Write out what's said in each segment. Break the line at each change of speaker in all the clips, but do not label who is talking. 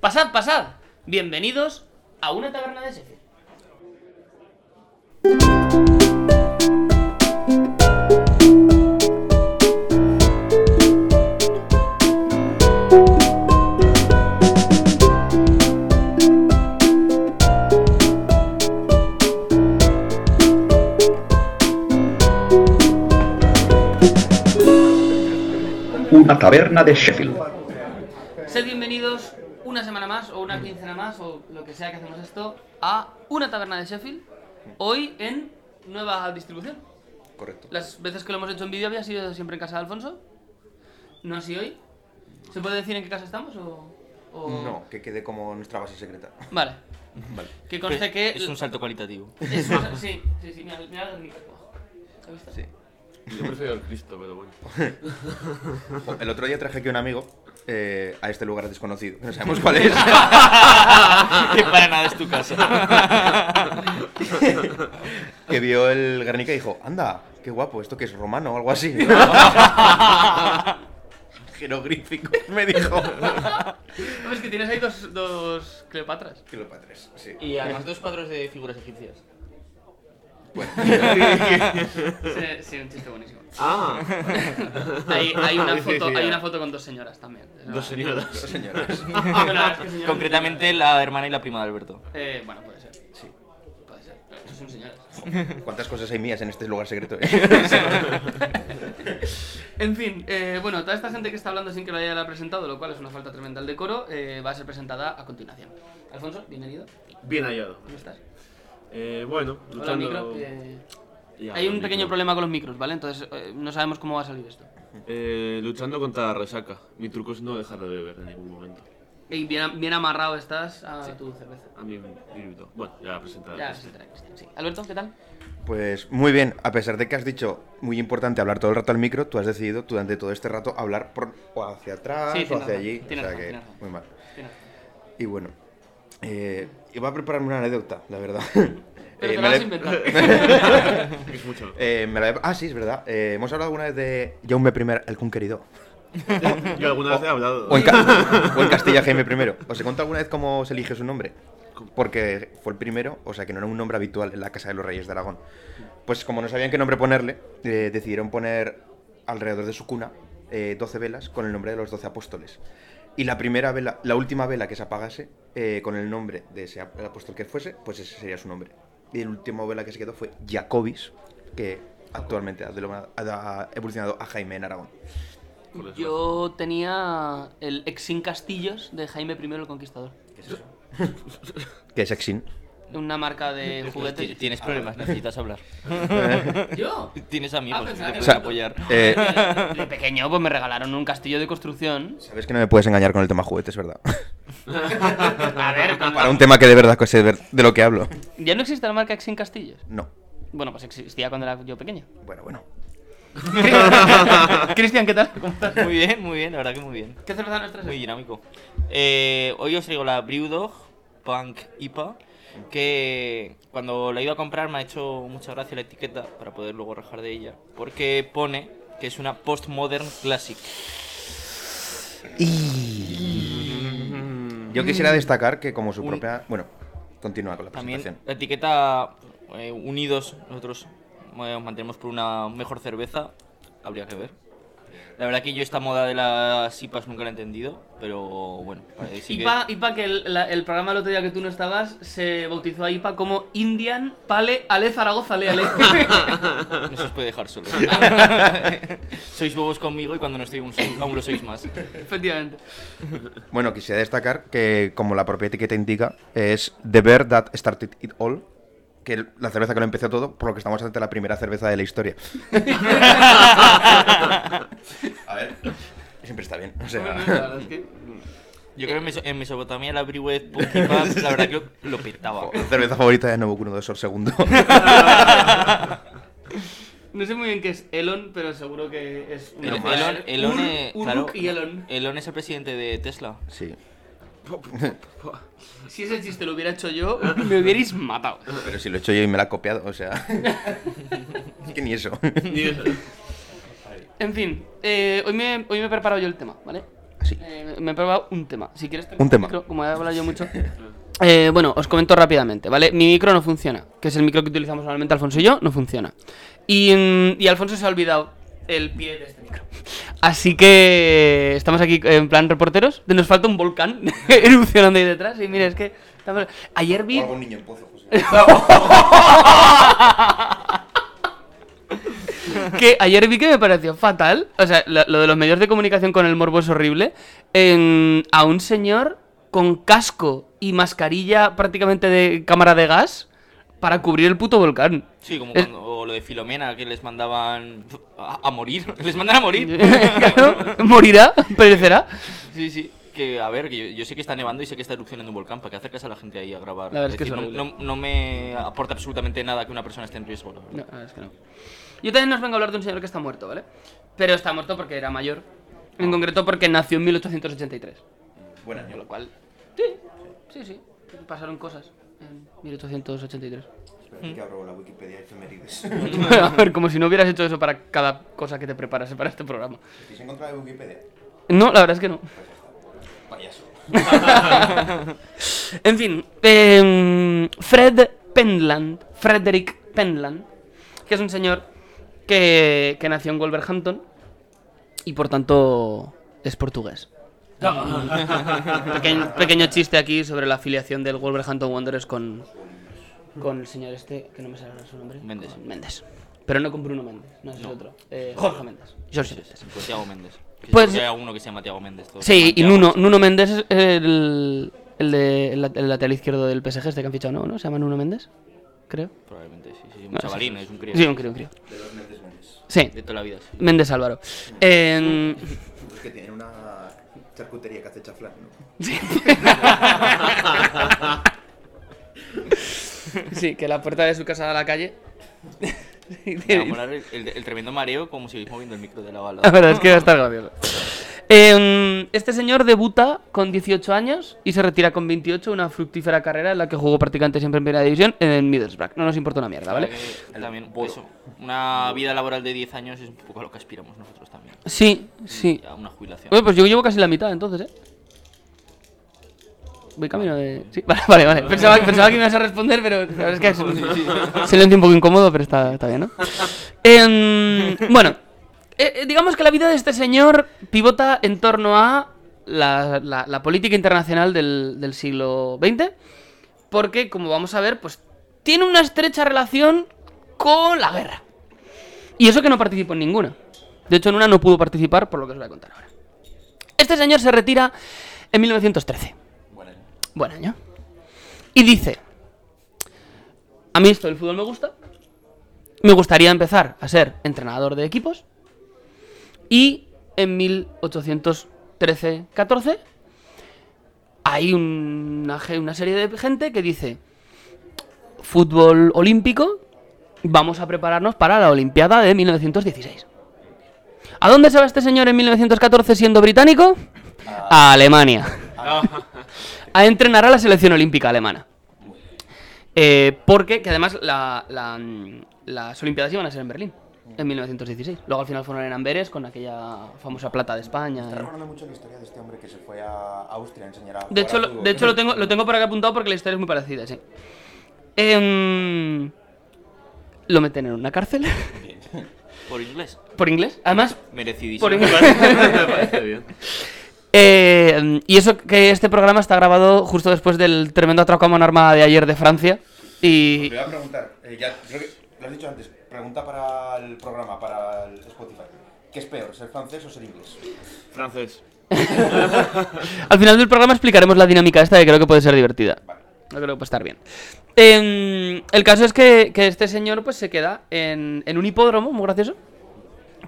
Pasad, pasad. Bienvenidos a una taberna de Sheffield.
Una taberna de Sheffield.
Sed bienvenidos una semana más o una quincena más o lo que sea que hacemos esto a una taberna de Sheffield. Hoy en nueva distribución.
Correcto.
Las veces que lo hemos hecho en vídeo había sido siempre en casa de Alfonso. No así hoy. ¿Se puede decir en qué casa estamos o...? o-
No, que quede como nuestra base secreta.
Vale.
Vale.
Que conste que...
Es un salto cualitativo.
es un- Sí, sí, sí. Mira, mira el micrófono. ¿Lo viste?
Sí.
Yo prefiero el Cristo, pero bueno.
Jo, El otro día traje aquí a un amigo eh, a este lugar desconocido. que No sabemos cuál es.
que para nada es tu casa.
que vio el Guernica y dijo, anda, qué guapo, esto que es romano o algo así. Jeroglífico, me dijo.
No, es que tienes ahí dos, dos Cleopatras.
Cleopatres, sí.
Y además dos cuadros de figuras egipcias.
Sí, sí, un chiste buenísimo.
Ah,
Hay, hay una
Sí, sí,
foto,
sí,
hay
ya.
una foto con dos señoras también.
dos señoras.
Dos señoras.
Bueno, es que señoras-
Concretamente la hermana y la prima de Alberto.
Eh, bueno, puede ser. Sí. Puede ser. Pero estos son señoras.
¿Cuántas cosas hay mías en este lugar secreto? eh?
En fin, eh, bueno, toda esta gente que está hablando sin que lo haya presentado, lo cual es una falta tremenda al decoro, eh, va a ser presentada a continuación. Alfonso, bienvenido.
Bien hallado.
¿Cómo estás?
Eh, bueno,
Hola,
luchando...
micro. que-
Ya,
Hay un
micro.
pequeño problema con los micros, ¿vale? Entonces eh, no sabemos cómo va a salir esto.
Eh, luchando contra la resaca. Mi truco es no dejar de beber en ningún momento.
Y bien, bien amarrado estás a tu cerveza.
A mí me invito. Bueno, ya presentaré.
Ya, se trae, Cristian, sí. Alberto, ¿qué tal?
Pues muy bien, a pesar de que has dicho muy importante hablar todo el rato al micro, tú has decidido durante todo este rato hablar por, o hacia atrás
Sí,
o
tienes
hacia
razón,
allí.
tienes
o
razón,
sea que
tienes razón.
muy mal.
¿Qué tal?
Y bueno, eh, iba a prepararme una anécdota, la verdad.
Pero te
Eh, me
lo
la
vas
he-
a inventar.
Es mucho.
eh, me la he- Ah, sí, es verdad. Eh, hemos hablado alguna vez de Jaume I, el conquerido.
Yo alguna vez he hablado.
O en, Ca- o en Castilla Jaime I. ¿Os he contado alguna vez cómo se elige su nombre? Porque fue el primero, o sea que no era un nombre habitual en la Casa de los Reyes de Aragón. Pues como no sabían qué nombre ponerle, eh, decidieron poner alrededor de su cuna eh, 12 velas con el nombre de los 12 apóstoles. Y la primera vela, la última vela que se apagase eh, con el nombre de ese ap- apóstol que fuese, pues ese sería su nombre. Y el último vela que se quedó fue Jacobis, que actualmente ha denominado- ha evolucionado a Jaime en Aragón.
Por
Pues
desgracia.
Yo tenía el Exin Castillos de Jaime I el Conquistador.
Que es Exin.
Una marca de
Ti-
juguetes.
Tienes problemas, necesitas hablar.
¿Yo?
Tienes
Ah,
amigos que
pensaba
te
que
pueden
era-
apoyar.
Eh,
De pequeño, pues me regalaron un castillo de construcción.
Sabes que no me puedes engañar con el tema juguetes, ¿verdad?
A ver, con la-
Para un tema que de verdad que sé ver- de lo que hablo.
¿ya no existe la marca Exin Castillos?
No.
Bueno, pues existía cuando era yo pequeño.
Bueno, bueno.
Cristian, ¿qué tal? ¿Cómo estás?
Muy bien, muy bien, la verdad que muy bien.
¿Qué cerveza nos traes?
Muy
hoy?
dinámico. Eh, hoy os traigo la Brewdog Punk IPA, que cuando la he ido a comprar me ha hecho mucha gracia la etiqueta para poder luego rajar de ella, porque pone que es una postmodern classic.
Yo quisiera destacar que como su propia... Bueno, continúa con la
También
presentación.
la etiqueta eh, unidos nosotros eh, os mantenemos por una mejor cerveza, habría que ver. La verdad que yo esta moda de las IPAs nunca la he entendido, pero bueno, parece que-
IPA, IPA que el, la- el programa el otro día que tú no estabas se bautizó a IPA como Indian Pale Ale Zaragoza Ale Ale.
No se os puede dejar solo. sois bobos conmigo y cuando no estoy aún, sois- aún lo sois más.
Efectivamente.
Bueno, quisiera destacar que como la propia etiqueta indica, es The Bear That Started It All, que el- la cerveza que lo empezó todo, por lo que estamos ante la primera cerveza de la historia. A ver, siempre está bien. O sea,
Yo creo que en Meso- en Mesopotamia la Brewed Punky Pub, la verdad que lo, lo petaba.
la cerveza favorita de Nobukuno de Sor Segundo.
No sé muy bien qué es Elon, pero seguro que es un
El-
más.
Elon, Elon,
Ur-
eh,
Uruk
claro,
y Elon.
Elon es el presidente de Tesla.
Sí.
Si ese chiste lo hubiera hecho yo, me hubierais matado.
Pero si lo he hecho yo y me la ha copiado, o sea. es que ni eso.
Ni eso.
En fin, eh, hoy, me, hoy me he preparado yo el tema, ¿vale?
Así.
Eh, me he probado un tema. Si quieres, te
Un tema.
micro, como he hablado yo mucho. Eh, bueno, os comento rápidamente, ¿vale? Mi micro no funciona, que es el micro que utilizamos normalmente Alfonso y yo, no funciona. Y, mm, y Alfonso se ha olvidado el pie de este micro. Así que estamos aquí eh, en plan reporteros. Nos falta un volcán erupcionando ahí detrás. Y mira, es que. estamos- Ayer vi.
algún niño en pozo, José.
que ayer vi que me pareció fatal. O sea, lo, lo de los medios de comunicación con el morbo es horrible. en- a un señor con casco y mascarilla prácticamente de cámara de gas para cubrir el puto volcán.
Sí, como
Es-
cuando lo de Filomena, que les mandaban a, a morir. Les mandan a morir.
Claro, Morirá, perecerá.
Sí, sí. Que, a ver, que yo, yo sé que está nevando y sé que está erupcionando un volcán. ¿Para qué acercas a la gente ahí a grabar?
La verdad es que es
no,
horrible.
no- no me aporta absolutamente nada que una persona esté en riesgo. la verdad.
No, es que no. Yo también nos vengo a hablar de un señor que está muerto, ¿vale? Pero está muerto porque era mayor. En concreto porque nació en 1883.
Buen
Con
año.
lo cual, sí, sí, sí. Pasaron cosas en 1883.
Espérate que abro la Wikipedia efemérides.
a ver, como si no hubieras hecho eso para cada cosa que te preparase para este programa.
¿Te has encontrado en Wikipedia?
No, la verdad es que no.
Payaso.
En fin, em, Fred Penland, Frederick Penland, que es un señor que, que nació en Wolverhampton y por tanto es portugués. pequeño, pequeño chiste aquí sobre la afiliación del Wolverhampton Wanderers con, con el señor este, que no me sale ahora su nombre.
Méndez.
Con Méndez. Pero no con Bruno Méndez, no es
No.
otro. Eh, Jorge Méndez. Jorge Méndez.
Con Tiago Méndez. Que
Pues-
siempre hay alguno que se llama Tiago Méndez. todos se
Sí,
llaman
y
Tiago.
Nuno, Nuno Méndez es el, el, de, el, el lateral izquierdo del PSG, este que han fichado, ¿no? ¿No? ¿Se llama Nuno Méndez? Creo.
pues, Probablemente, sí. sí, sí, un
No,
chavalín,
sí.
es un crío.
Sí, un crío, un crío.
De los Méndez Méndez.
Sí,
De toda la vida, sí.
Méndez Álvaro. Eh,
Los que tienen una charcutería que hace chaflán, ¿no?
Mm. sí, que la puerta de su casa da a la calle. Sí,
Me va
tiene-
a molar el, el- el tremendo mareo como si moviendo el micro de la bala.
La verdad es que va a estar gracioso. Eh, este señor debuta con 18 años y se retira con 28, una fructífera carrera en la que jugó prácticamente siempre en primera división en Middlesbrough. No nos importa una mierda, ¿vale?
Que También, eso, una vida laboral de 10 años es un poco a lo que aspiramos nosotros también.
Sí, sí.
A una jubilación.
Oye, pues yo llevo casi la mitad entonces, ¿eh? Voy camino de... Sí, vale, vale, vale. Pensaba, pensaba que me ibas a responder, pero la verdad es que es un silencio un poco incómodo, pero está, está bien, ¿no? Em, bueno, eh, eh, digamos que la vida de este señor pivota en torno a la, la- la política internacional del, del siglo XX, porque, como vamos a ver, pues tiene una estrecha relación con la guerra. Y eso que no participó en ninguna. De hecho, en una no pudo participar, por lo que os voy a contar ahora. Este señor se retira en 1913. Buen año. Y dice, a mí esto del fútbol me gusta. Me gustaría empezar a ser entrenador de equipos. Y en 1813-14 hay una, ge- una serie de gente que dice, fútbol olímpico, vamos a prepararnos para la Olimpiada de 1916. ¿A dónde se va este señor en 1914 siendo británico? A Alemania. A entrenar a la selección olímpica alemana. Eh, porque, que además, la- la- mm, las Olimpiadas iban a ser en Berlín, en 1916. Luego al final fueron en Amberes con aquella famosa plata de España.
Me recuerda mucho la historia de este hombre que se fue a Austria a enseñar a
De
jugar
hecho,
al
lo,
fútbol.
de hecho lo, tengo, lo tengo por acá apuntado porque la historia es muy parecida, sí. Em, lo meten en una cárcel
Por inglés.
por inglés. Además,
Merecidísimo.
por inglés.
Me parece bien.
Eh, y eso que este programa está grabado justo después del tremendo atraco a mano armada de ayer de Francia.
Te
Y
voy a preguntar, eh, ya creo que lo has dicho antes, pregunta para el programa, para el Spotify. ¿Qué es peor, ser francés o ser inglés?
Francés.
al final del programa explicaremos la dinámica esta que creo que puede ser divertida.
Vale.
Yo creo que puede estar bien. Em, el caso es que, que este señor pues se queda en, en un hipódromo, muy gracioso,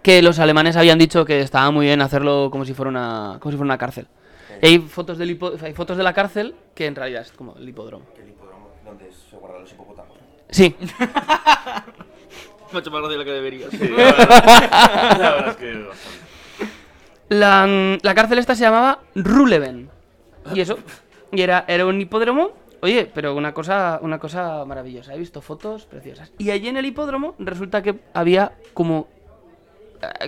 que los alemanes habían dicho que estaba muy bien hacerlo como si fuera una, como si fuera una cárcel. Y hay fotos, del hipo- hay fotos de la cárcel que en realidad es como el hipódromo.
El hipódromo donde se guardan los hipopótamos.
Sí,
Me ha hecho más gracia la que debería.
Sí, la verdad, la verdad es que bastante.
La, la cárcel esta se llamaba Ruleven. Y eso. Y era, era un hipódromo. Oye, pero una cosa, una cosa maravillosa. He visto fotos preciosas. Y allí en el hipódromo resulta que había como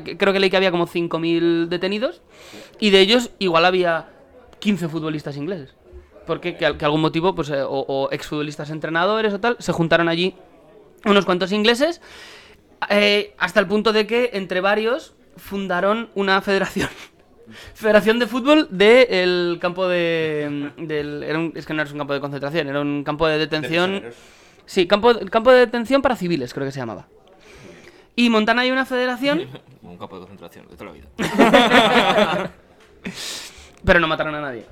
eh, creo que leí que había como 5.000 detenidos y de ellos igual había 15 futbolistas ingleses. Porque que, al- que algún motivo, pues, eh, o, o exfutbolistas entrenadores o tal, se juntaron allí unos cuantos ingleses eh, hasta el punto de que entre varios fundaron una federación. Federación de fútbol del campo de. mm, Del, era un- es que no era un campo de concentración, era un campo de detención.
prisioneros.
sí, campo, campo de detención para civiles, creo que se llamaba. Y montan ahí una federación,
Un campo de concentración de toda la vida.
pero no mataron a nadie.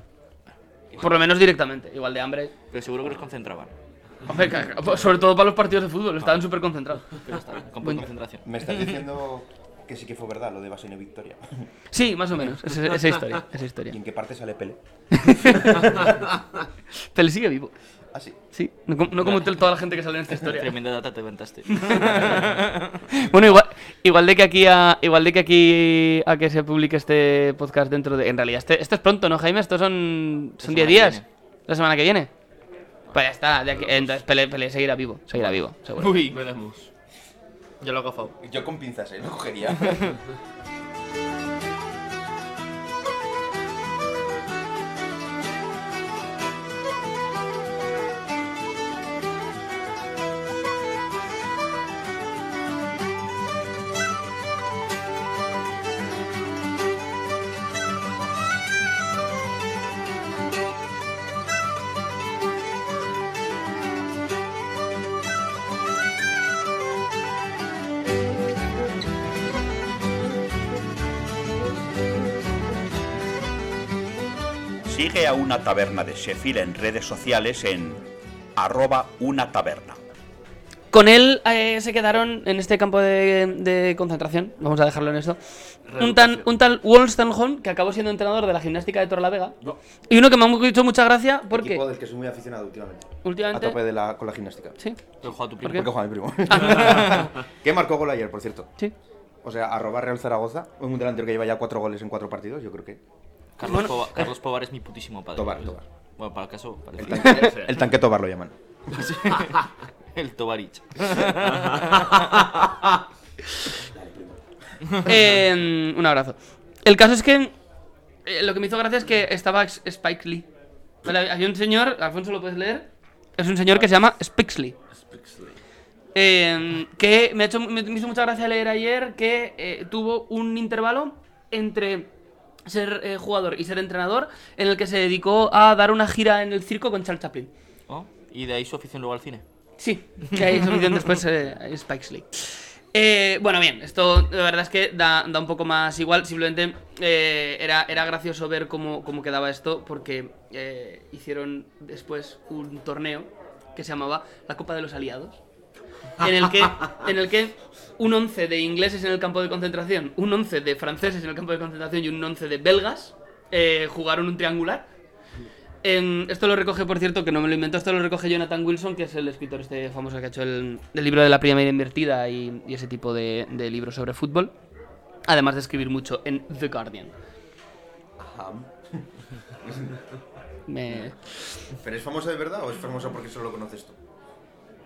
Por lo menos directamente, igual de hambre.
Pero seguro que
Ah.
los concentraban.
Hombre, ca- ca- sobre todo para los partidos de fútbol, estaban súper concentrados.
Pero está bien, campo de concentración.
Me estás diciendo que sí que fue verdad lo de Basilio Victoria.
Sí, más o menos, esa, esa historia. Esa historia.
¿Y en qué parte sale Pele?
Te le sigue vivo.
Ah, sí.
Sí, no, como- no como toda la gente que sale en esta historia.
Tremenda data te inventaste.
Bueno, igual, igual de que aquí a, igual de que aquí a que se publique este podcast dentro de. En realidad, este, esto es pronto, ¿no, Jaime? Estos son. Son 10
semana que
días.
viene.
La semana que viene. Pues ya está, de aquí- entonces Pele, Pele seguirá vivo, seguirá vivo, seguro.
Uy,
Veremos.
ya lo he agafado.
Yo con pinzas, ¿eh? Lo cogería.
Sigue a una taberna de Sheffield en redes sociales en arroba una taberna.
Con él eh, se quedaron en este campo de, de concentración, vamos a dejarlo en esto. Un, tan, un tal Wolstenholme, que acabó siendo entrenador de la gimnástica de Torrelavega.
No.
Y uno que me ha hecho mucha gracia porque
Equipo del que soy muy aficionado últimamente. A
últimamente.
tope de la, con la gimnástica.
Sí,
Lo he jugado a tu
¿Por
primo.
qué?
Porque juega mi primo.
Ah.
que marcó gol ayer, por cierto.
sí.
O sea, arroba Real Zaragoza. Un delantero que lleva ya cuatro goles en cuatro partidos, yo creo que.
Carlos, Pova-
eh.
Carlos Povar es mi putísimo padre.
Tobar, Tobar.
Bueno, para el caso, para
El
el,
tanque, el tanque Tobar lo llaman.
el Tobarich.
Eh, un abrazo. El caso es que eh, lo que me hizo gracia es que estaba ex- Spike Lee. Vale, Había un señor, Alfonso lo puedes leer, es un señor que se llama Spix Lee. Eh, que me, ha hecho, me me hizo mucha gracia leer ayer que eh, tuvo un intervalo entre ser eh, jugador y ser entrenador en el que se dedicó a dar una gira en el circo con Charles Chaplin.
¿No? Y de ahí su afición luego al cine.
Sí, que hay suficiente después eh, Spike Lee. Eh, bueno, bien, esto la verdad es que da, da un poco más igual. Simplemente eh, era, era gracioso ver cómo, cómo quedaba esto, porque eh, hicieron después un torneo que se llamaba la Copa de los Aliados, en el que, en el que un 11 de ingleses en el campo de concentración, un 11 de franceses en el campo de concentración y un 11 de belgas eh, jugaron un triangular. Em, esto lo recoge, por cierto, que no me lo inventó, esto lo recoge Jonathan Wilson, que es el escritor este famoso que ha hecho el, el libro de la pirámide invertida y, y ese tipo de, de libros sobre fútbol. Además de escribir mucho en The Guardian. Me-
¿Pero es famoso de verdad o es famoso porque solo lo conoces tú?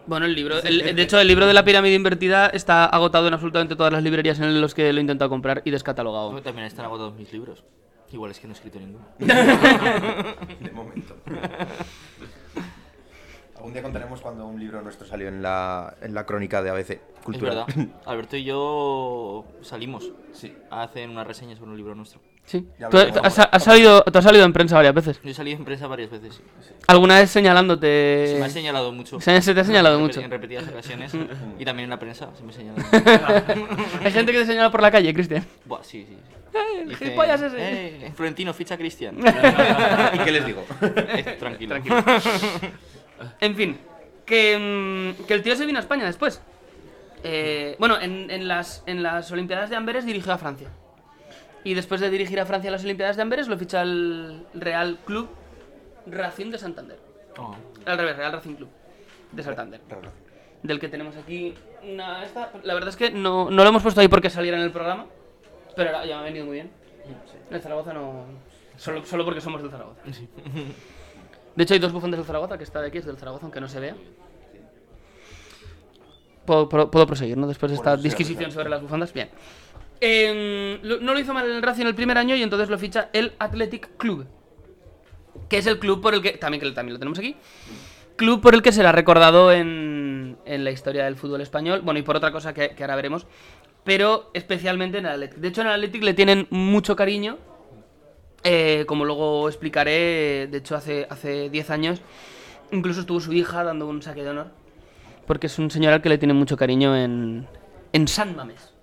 Bueno, el libro, el- de hecho, el libro de la pirámide invertida está agotado en absolutamente todas las librerías en las que lo he intentado comprar y descatalogado.
Bueno, también están agotados mis libros. Igual es que no he escrito ninguno.
De momento. Algún día contaremos cuando un libro nuestro salió en la, en la crónica de ABC
Es
Cultural.
verdad. Alberto y yo salimos
Sí.
a hacer una reseña sobre un libro nuestro.
Sí.
Ya
Tú,
lo
tú has, has salido, tú has salido en prensa varias veces.
Yo he salido en prensa varias veces. sí.
Alguna vez
Se me ha
señalándote.
señalado mucho.
Eh, Se- se te ha señalado
En repet-
mucho.
En repetidas ocasiones. y también en la prensa se me ha señalado.
Hay gente que te señala por la calle, Cristian.
Buah, sí, sí.
El
Dicen,
gilipollas ese.
"Eh, Florentino, ficha a Cristian.
¿Y qué les digo?
Eh, tranquilo.
En fin, que, mm, que el tío se vino a España después. Eh, bueno, en, en las, en las Olimpiadas de Amberes dirigió a Francia. Y después de dirigir a Francia en las Olimpiadas de Amberes, lo ficha el Real Club Racing de Santander.
Oh.
Al revés, Real Racing Club de Santander. Del que tenemos aquí una. Esta. La verdad es que no, no lo hemos puesto ahí porque saliera en el programa. Pero ahora ya me ha venido muy bien. El Zaragoza no. Solo, solo porque somos del Zaragoza. De hecho, hay dos bufones del Zaragoza, que está de aquí, es del Zaragoza, aunque no se vea. Puedo, pro- puedo proseguir, ¿no? Después de esta disquisición sobre las bufandas. Bien. En- lo- no lo hizo mal el Racing el primer año y entonces lo ficha el Athletic Club. Que es el club por el que. También, que también lo tenemos aquí. Club por el que será recordado en, en la historia del fútbol español. Bueno, y por otra cosa que, que ahora veremos. Pero especialmente en el Athletic. De hecho, en el Athletic le tienen mucho cariño. Eh, como luego explicaré, de hecho, hace, hace 10 años, incluso estuvo su hija dando un saque de honor. Porque es un señor al que le tiene mucho cariño en, en San Mamés.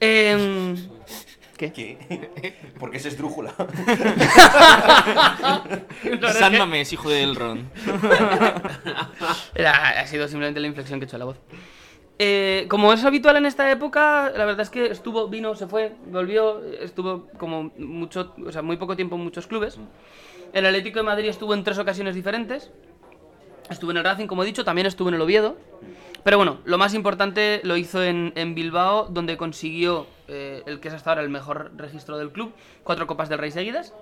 Em, ¿Qué?
¿Qué? ¿Por qué es esdrújula?
Sándame, es hijo del Ron.
Era- ha sido simplemente la inflexión que he hecho a la voz. Eh, como es habitual en esta época, la verdad es que estuvo, vino, se fue, volvió, estuvo como mucho, o sea, muy poco tiempo en muchos clubes. El Atlético de Madrid estuvo en tres ocasiones diferentes. Estuvo en el Racing, como he dicho, también estuvo en el Oviedo. Pero bueno, lo más importante lo hizo en, en Bilbao, donde consiguió eh, el que es hasta ahora el mejor registro del club, cuatro Copas del Rey seguidas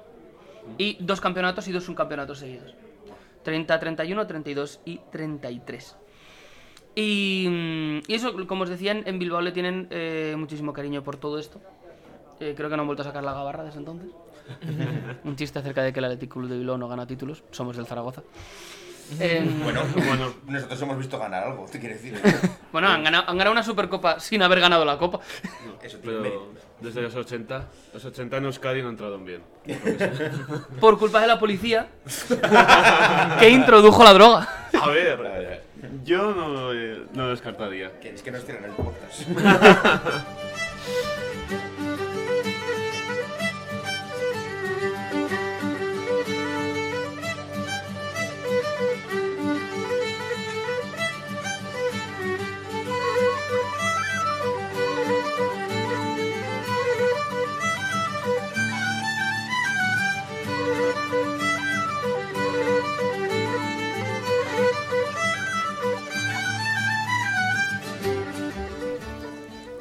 y dos campeonatos y dos subcampeonatos seguidos. 30, 31, 32 y 33. Y, mm, y eso, como os decían, en Bilbao le tienen eh, muchísimo cariño por todo esto. Eh, creo que no han vuelto a sacar la gabarra desde entonces. Un chiste acerca de que el Athletic Club de Bilbao no gana títulos. Somos del Zaragoza. Em,
Bueno,
Bueno,
nosotros hemos visto ganar algo, te quiero decir.
bueno, han ganado, han ganado una supercopa sin haber ganado la copa.
Eso tiene
pero
mérito.
desde los 80, los 80 en Euskadi no entraron bien.
Por culpa de la policía que introdujo la droga.
A ver, yo no, eh, no lo descartaría.
Que es que nos tiran el podcast.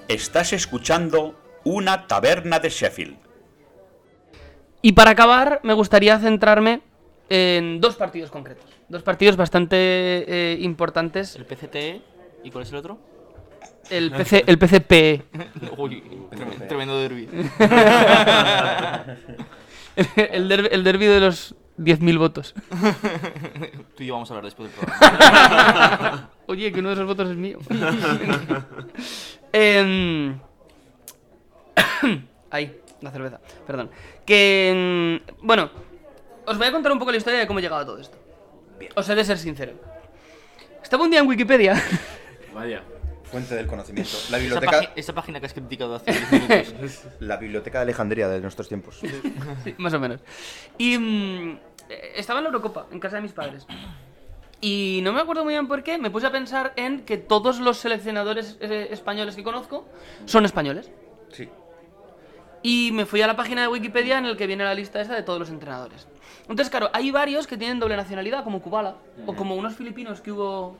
Estás escuchando Una taberna de Sheffield.
Y para acabar, me gustaría centrarme en dos partidos concretos. Dos partidos bastante eh, importantes.
El PCTE. ¿Y cuál es el otro?
El, PC, el PCPE.
Uy, tremendo, tremendo derbi.
E, El, derbi derbi de los 10.000 votos.
Tú y yo vamos a hablar después del programa.
Oye, que uno de esos votos es mío. Em, Ahí, la cerveza. Perdón. Que. em, Bueno, os voy a contar un poco la historia de cómo he llegado a todo esto. Os he de ser sincero. Estaba un día en Wikipedia.
Vaya.
Fuente del conocimiento. La
Esa,
biblioteca,
pági- esa página que has criticado hace 10 minutos.
la biblioteca de Alejandría de nuestros tiempos.
Sí, más o menos. Y mm, eh, estaba en la Eurocopa, en casa de mis padres. Y no me acuerdo muy bien por qué, me puse a pensar en que todos los seleccionadores eh, españoles que conozco son españoles.
Sí.
Y me fui a la página de Wikipedia en el que viene la lista esta de todos los entrenadores. Entonces, claro, hay varios que tienen doble nacionalidad, como Kubala, o como unos filipinos que hubo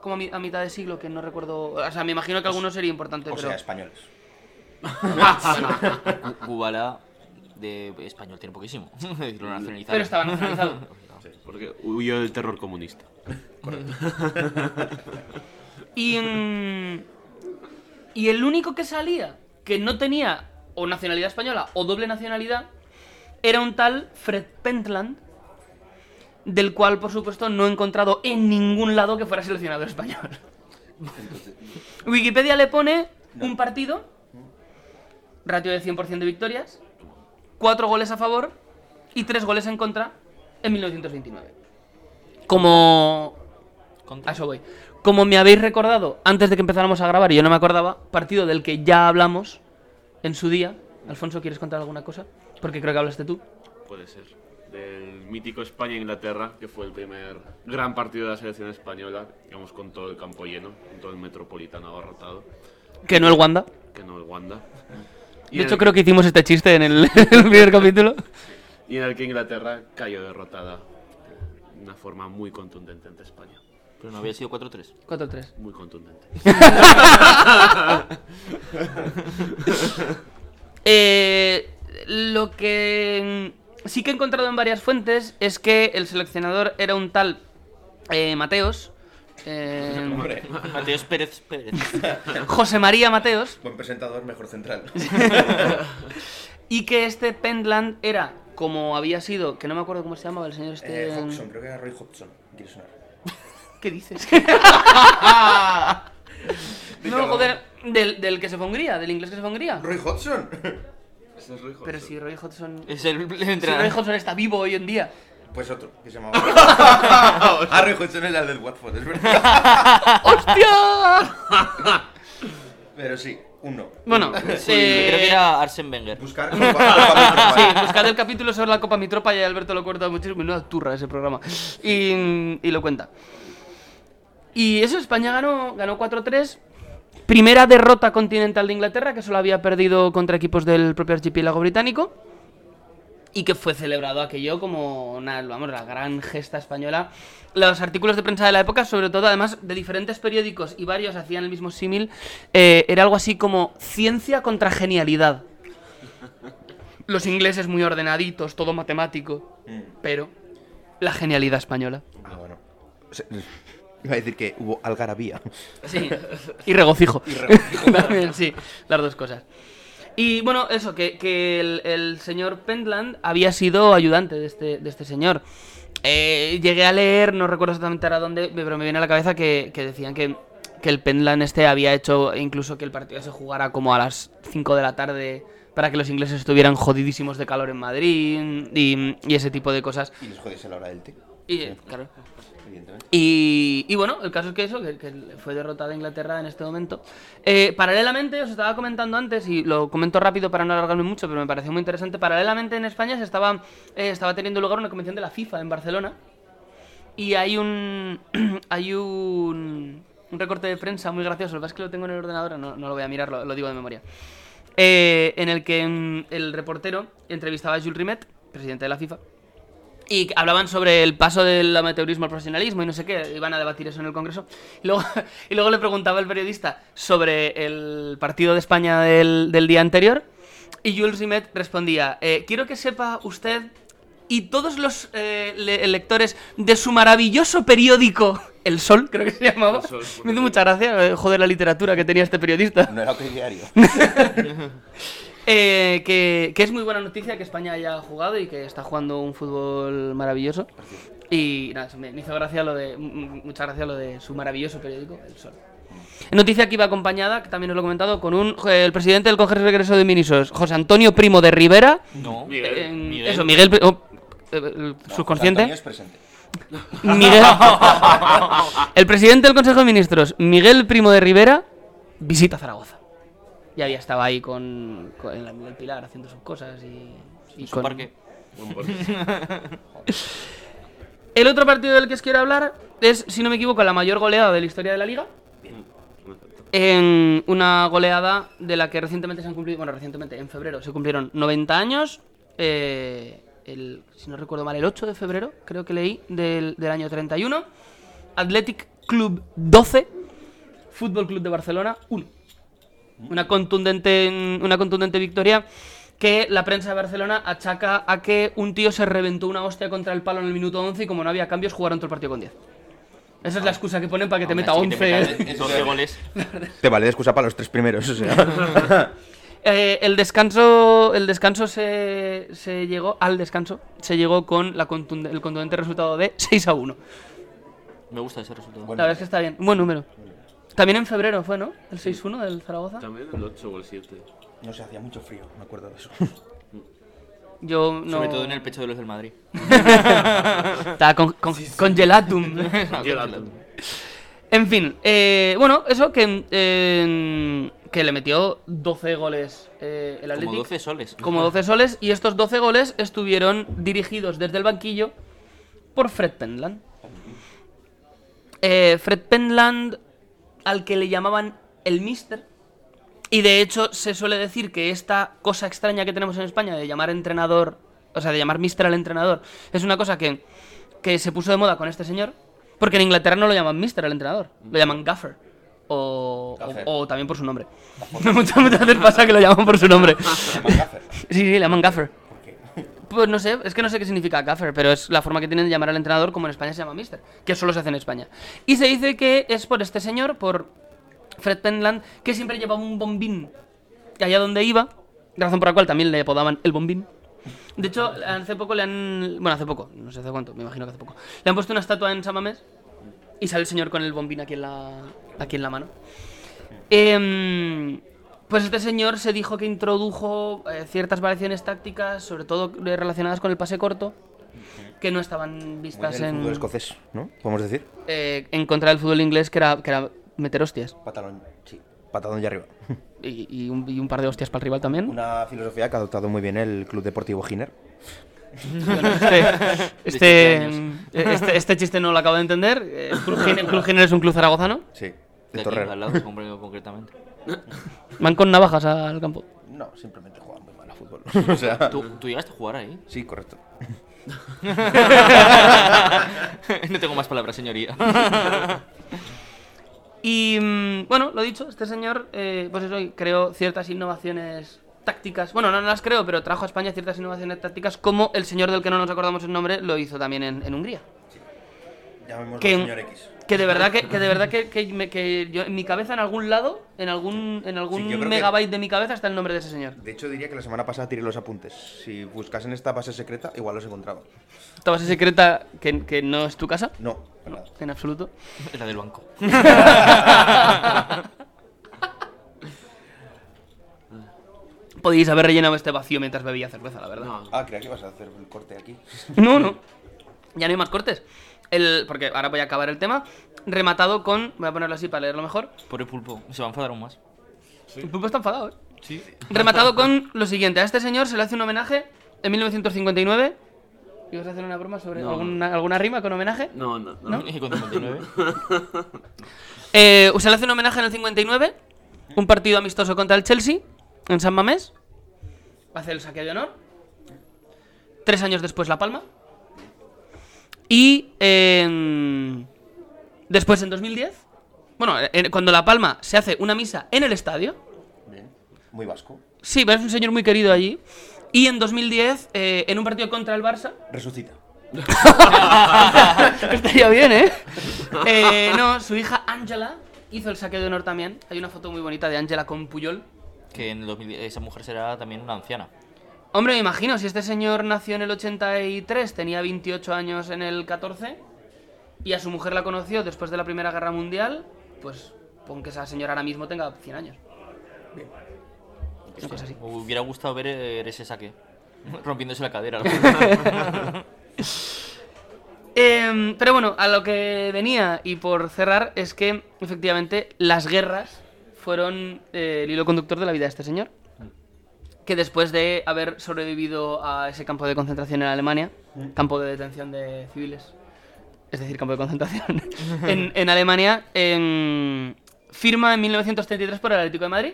como a, mi- a mitad de siglo, que no recuerdo... O sea, me imagino que alguno sería importante,
Pues
pero...
O sea, españoles.
Gu- Gubala de español tiene poquísimo. Lo nacionalizaron.
pero estaba nacionalizado.
Porque huyó del terror comunista.
Y, mm, y el único que salía que no tenía o nacionalidad española o doble nacionalidad era un tal Fred Pentland, del cual, por supuesto, no he encontrado en ningún lado que fuera seleccionador español. Wikipedia le pone un partido, ratio de 100% de victorias, cuatro goles a favor y tres goles en contra en 1929. Como a
Contra.
eso voy. Como me habéis recordado antes de que empezáramos a grabar y yo no me acordaba, partido del que ya hablamos en su día. Alfonso, ¿quieres contar alguna cosa? Porque creo que hablaste tú.
Puede ser. Del mítico España-Inglaterra, que fue el primer gran partido de la selección española, digamos, con todo el campo lleno, con todo el metropolitano abarrotado,
Que no el Wanda.
que no el Wanda. Y
De
en
hecho,
el-
creo que hicimos este chiste en el, el primer capítulo.
Y en el que Inglaterra cayó derrotada de una forma muy contundente ante España.
Pero no había sido 4-3.
4-3.
Muy contundente.
Eh, lo que mm, sí que he encontrado en varias fuentes es que el seleccionador era un tal eh, Mateos, eh,
Hombre,
Mateos Pérez Pérez.
José María Mateos,
buen presentador, mejor central.
y que este Pentland era como había sido, que no me acuerdo cómo se llamaba el señor este.
Eh, Hodgson, creo que era Roy Hodgson. ¿Quieres sonar?
¿Qué dices? no, joder, del, del que se fue a Hungría, del inglés que se fue a Hungría.
¿Roy Hodgson?
Ese es Roy Hodgson.
Pero si Roy Hodgson.
Es el
Si Roy
entrenador.
Hodgson está vivo hoy en día.
Pues otro, que se llamaba. ah, Roy Hodgson era el del Watford, es verdad.
¡Hostia!
Pero sí, uno.
Bueno,
Sí,
eh,
creo que era Arsen Wenger.
Buscar Ah, Copa- Copa
Sí,
Mutual.
buscad el capítulo sobre la Copa Mi Tropa y Alberto lo cuenta muchísimo. Menuda turra ese programa. Y, y lo cuenta. Y eso, España ganó, ganó 4-3. Primera derrota continental de Inglaterra, que solo había perdido contra equipos del propio archipiélago británico. Y que fue celebrado aquello como una, vamos, la gran gesta española. Los artículos de prensa de la época, sobre todo, además de diferentes periódicos y varios hacían el mismo símil, eh, era algo así como ciencia contra genialidad los ingleses muy ordenaditos, todo matemático,
Mm.
pero la genialidad española.
Ah, bueno. Se- Iba a decir que hubo algarabía.
Sí. Y regocijo. También, sí, las dos cosas. Y bueno, eso, que, que el, el señor Pentland había sido ayudante de este, de este señor. Eh, llegué a leer, no recuerdo exactamente ahora dónde, pero me viene a la cabeza que, que decían que, que el Pentland este había hecho incluso que el partido se jugara como a las 5 de la tarde para que los ingleses estuvieran jodidísimos de calor en Madrid y, y ese tipo de cosas.
Y les jodéis a la hora del té,
Y, eh, claro,
evidentemente.
Y, y bueno, el caso es que eso, que, que fue derrotada Inglaterra en este momento. Eh, paralelamente, os estaba comentando antes, y lo comento rápido para no alargarme mucho, pero me pareció muy interesante. Paralelamente en España se estaba, eh, estaba teniendo lugar una convención de la FIFA en Barcelona. Y hay un. hay un. un recorte de prensa muy gracioso. Lo que pasa es que lo tengo en el ordenador, no, no lo voy a mirar, lo, lo digo de memoria. Eh, en el que mm, el reportero entrevistaba a Jules Rimet, presidente de la FIFA. Y que hablaban sobre el paso del amateurismo al profesionalismo y no sé qué, iban a debatir eso en el Congreso. Y luego, y luego le preguntaba el periodista sobre el partido de España del, del día anterior. Y Jules Rimet respondía: eh, Quiero que sepa usted y todos los eh, le- lectores de su maravilloso periódico, El Sol, creo que se llamaba.
El Sol,
Me hizo mucha gracia, eh, joder, la literatura que tenía este periodista.
No era otro diario.
Eh, que, que es muy buena noticia que España haya jugado y que está jugando un fútbol maravilloso. Y nada, eso me me hizo gracia lo de, mm, mm, mucha gracia lo de su maravilloso periódico, El Sol. Noticia que iba acompañada, que también os lo he comentado, con un, eh, el presidente del Congreso y Regreso de Ministros, José Antonio Primo de Rivera.
No.
Miguel.
Eh, en-
Miguel.
Eso, Miguel. Pri- oh, eh, el subconsciente.
Antonio es presente.
Miguel. el presidente del Consejo de Ministros, Miguel Primo de Rivera, visita Zaragoza. Y había estaba ahí con, con el, el Pilar haciendo sus cosas y, y
Su
con-
parque.
Buen portero.
El otro partido del que os quiero hablar es, si no me equivoco, la mayor goleada de la historia de la liga. En una goleada de la que recientemente se han cumplido, bueno, recientemente, en febrero, se cumplieron 90 años. eh, el, si no recuerdo mal, el 8 de febrero, creo que leí, del, del año 31. Athletic Club 12, Fútbol Club de Barcelona 1. Una contundente, una contundente victoria que la prensa de Barcelona achaca a que un tío se reventó una hostia contra el palo en el minuto 11 y como no había cambios jugaron todo el partido con 10. Esa es la excusa que ponen para que te
Aún
meta ¿eh?
así
11.
meta 12 goles.
Te vale de excusa para los tres primeros, o sea.
Eh, el descanso, el descanso se, se llegó, al descanso, se llegó con la contunde- el contundente resultado de 6 a 1.
Me gusta ese resultado.
La verdad es que está bien, un buen número. También en febrero fue, ¿no? El 6-1 del Zaragoza.
También el 8 o el 7.
No sé, hacía mucho frío, me acuerdo de eso.
Yo no...
Sobre todo en el pecho de los del Madrid.
Estaba con, con- congelatum.
Ah,
En fin, eh, bueno, eso que, eh, que le metió 12 goles eh, el Atlético.
Como 12 soles.
como 12 soles. Y estos 12 goles estuvieron dirigidos desde el banquillo por Fred Penland. Eh, Fred Penland, al que le llamaban el Mister. Y de hecho, se suele decir que esta cosa extraña que tenemos en España de llamar entrenador, o sea, de llamar Mister al entrenador, es una cosa que, que se puso de moda con este señor. Porque en Inglaterra no lo llaman Mister al entrenador, lo llaman Gaffer. O, o-
Gaffer.
o también por su nombre. Muchas muchas veces pasa que lo llaman por su nombre.
Macáfer.
Sí, sí, le llaman gaffer. Pues no sé, es que no sé qué significa gaffer, pero es la forma que tienen de llamar al entrenador, como en España se llama mister, que solo se hace en España. Y se dice que es por este señor, por Fred Penland, que siempre llevaba un bombín allá donde iba, razón por la cual también le apodaban el bombín. De hecho, hace poco le han. Bueno, hace poco, no sé hace cuánto, me imagino que hace poco. Le han puesto una estatua en Samamés y sale el señor con el bombín aquí en la, aquí en la mano. Em, pues este señor se dijo que introdujo eh, ciertas variaciones tácticas, sobre todo eh, relacionadas con el pase corto, que no estaban
Muy
vistas
del
en,
fútbol escocés, ¿no? Podemos decir.
eh, en contra del fútbol inglés, que era, que era meter hostias
Patalón, sí. Patadón y arriba.
y, y un, y un par de hostias para el rival también.
Una filosofía que ha adoptado muy bien el Club Deportivo Giner.
Este, este,
17 años.
eh, este, este chiste no lo acabo de entender. eh, El Club Giner- el Club Giner es un club zaragozano.
Sí.
De
De
aquí,
Torrero.
al lado, comprendo concretamente.
Van con navajas al campo.
No, simplemente juega muy mal a fútbol. o sea,
¿Tú, tú llegaste a jugar ahí?
sí, correcto.
no tengo más palabras, señoría.
Y mm, bueno, lo dicho, este señor, eh, pues eso, creó ciertas innovaciones tácticas. Bueno, no las creo, pero trajo a España ciertas innovaciones tácticas, como el señor del que no nos acordamos el nombre lo hizo también en, en Hungría.
Llamémoslo
Que-
señor X.
Que de verdad que, que de verdad que, que me- que yo en mi cabeza en algún lado, en algún en
Sí,
algún
yo creo que-
megabyte de mi cabeza está el nombre de ese señor.
De hecho, diría que la semana pasada tiré los apuntes. Si buscasen esta base secreta, igual los encontraba.
Esta base secreta que, que no es tu casa,
No, para nada.
en absoluto.
La del banco.
Podéis haber rellenado este vacío mientras bebía cerveza, la verdad.
Ah, creía que ibas a hacer el corte aquí.
No, no. Ya no hay más cortes. El, porque ahora voy a acabar el tema. Rematado con. Voy a ponerlo así para leerlo mejor.
Por el pulpo. Se va a enfadar aún más.
El pulpo está enfadado, ¿eh?
Sí.
Rematado con lo siguiente. A este señor se le hace un homenaje en 1959. ¿Ibas a hacer una broma sobre
No.
alguna, alguna rima con homenaje?
No, no, no.
¿No? Y con 59.
Eh, se le hace un homenaje en el 59. Un partido amistoso contra el Chelsea en San Mamés. Hace el saque de honor. Tres años después La Palma. Y em, después en 2010. Bueno, en- cuando La Palma se hace una misa en el estadio.
Bien. Muy vasco.
Sí, pero es un señor muy querido allí. Y en 2010, eh, en un partido contra el Barça,
Resucita.
Estaría bien, ¿eh? Eh, No, su hija Angela hizo el saque de honor también. Hay una foto muy bonita de Angela con Puyol.
Que en el 2000 esa mujer será también una anciana.
Hombre, me imagino, si este señor nació en el 83, tenía 28 años en el 14, y a su mujer la conoció después de la Primera Guerra Mundial, pues pon que esa señora ahora mismo tenga 100 años. Una cosa Pues así.
Me hubiera gustado ver eh, ese saque. Rompiéndose la cadera.
Em, pero bueno, a lo que venía y por cerrar es que efectivamente las guerras fueron eh, el hilo conductor de la vida de este señor. Que después de haber sobrevivido a ese campo de concentración en Alemania, campo de detención de civiles, es decir, campo de concentración, en, en Alemania, em, firma en 1933 por el Atlético de Madrid,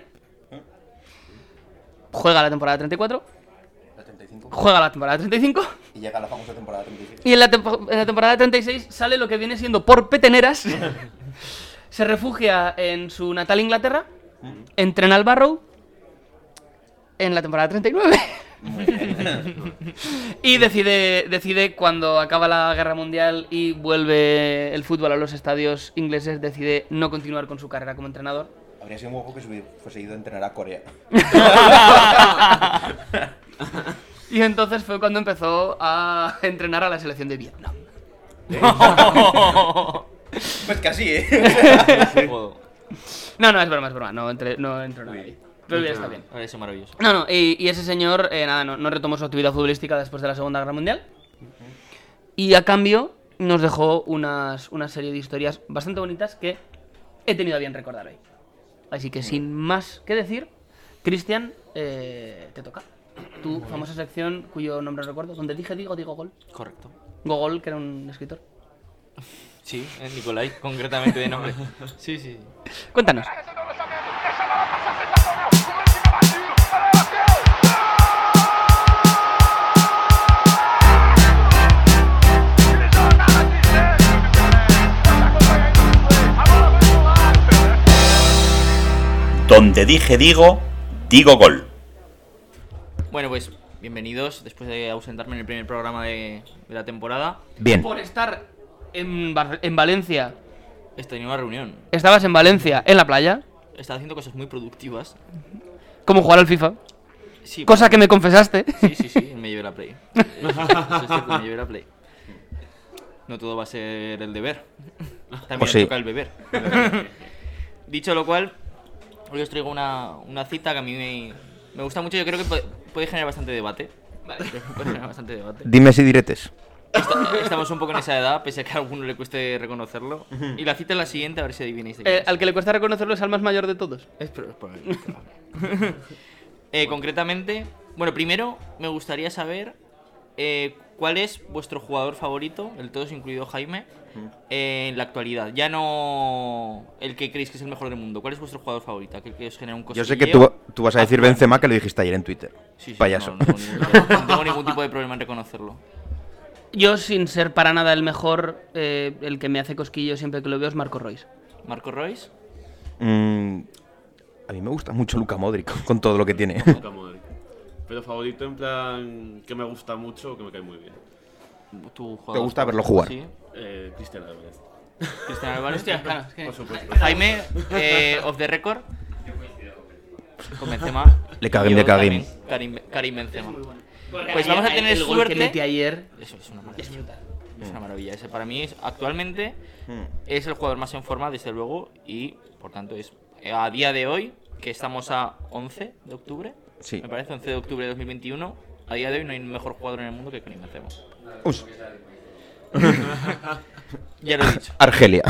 juega la temporada 34,
La 35.
juega la temporada 35.
Y llega la famosa temporada 35.
Y en la, tempo- en la temporada 36 sale lo que viene siendo por peteneras. se refugia en su natal Inglaterra, entrena al Barrow en la temporada 39. y decide, decide cuando acaba la guerra mundial y vuelve el fútbol a los estadios ingleses, decide no continuar con su carrera como entrenador.
Habría sido un poco que subir, fuese ido a entrenar a Corea.
Y entonces fue cuando empezó a entrenar a la selección de Vietnam.
Pues casi, ¿eh?
Joder.
No, no, es broma, es broma, no, entre, no entrenó ahí. Pero ya está bien.
Habría sido maravilloso.
No, no, y, y ese señor, eh, nada, no, no retomó su actividad futbolística después de la Segunda Guerra Mundial. Y a cambio, nos dejó unas, una serie de historias bastante bonitas que he tenido a bien recordar hoy. Así que sin más que decir, Cristian, eh, te toca. Tu famosa sección, cuyo nombre recuerdo, donde dije digo, digo gol.
Correcto.
Gogol, que era un escritor.
Sí, es Nicolai, concretamente de nombre. Sí, sí.
Cuéntanos.
Donde dije digo, digo gol.
Bueno, pues Bienvenidos, después de ausentarme en el primer programa de, de la temporada.
Bien.
Por estar en, Bar- en Valencia.
He tenido una reunión.
Estabas en Valencia, en la playa,
He estado haciendo cosas muy productivas.
como jugar al FIFA.
Sí,
Cosa que me confesaste.
Sí, sí, sí, me llevé la Play. Sí, eso es cierto, me llevé la Play. No todo va a ser el deber. También
O sí.
toca el beber. Dicho lo cual, hoy os traigo una, una cita que a mí me, me gusta mucho. Yo creo que pu- puede generar bastante debate. Puede generar bastante debate.
Dime si diretes.
Esta- Estamos un poco en esa edad, pese a que a alguno le cueste reconocerlo. Y la cita es la siguiente, a ver si adivináis de quién
Eh,
es.
al que le cuesta reconocerlo es al más mayor de todos.
Es pro- es probable. Eh, concretamente, bueno, primero me gustaría saber eh, cuál es vuestro jugador favorito, el todos incluido Jaime, eh, en la actualidad. Ya no el que creéis que es el mejor del mundo. ¿Cuál es vuestro jugador favorito? Aquel que os genera un
Yo
cosquilleo.
sé que tú, tú vas a decir
Aznar.
Benzema, que lo dijiste ayer en Twitter.
Sí, sí,
Payaso.
No, no tengo ningún- no tengo ningún tipo de problema en reconocerlo.
Yo, sin ser para nada el mejor, eh, el que me hace cosquillo siempre que lo veo es Marco Royce.
Marco Royce.
Mm, a mí me gusta mucho Luca Modric, con todo lo que tiene.
Luka Modric. Pero favorito en plan que me gusta mucho o que me cae muy bien.
Tu jugador
¿Te gusta
favorito.
verlo jugar?
Sí.
Eh, Cristian Álvarez.
Cristian Álvarez.
Por supuesto.
Jaime, eh, off the record. Con Benzema.
Le cagué,
Y
le
yo
cagué.
también, Karim, Karim Benzema. Pues vamos a tener
el gol
suerte.
que metí ayer.
Eso es una maravilla. Es una maravilla. Ese para mí es, actualmente
Hmm.
es el jugador más en forma, desde luego, y por tanto es eh, a día de hoy, que estamos a 11 de octubre,
Sí.
me parece, 11 de octubre de 2021, a día de hoy no hay mejor jugador en el mundo que Karim Benzema.
Ush,
Ya lo he dicho.
Argelia.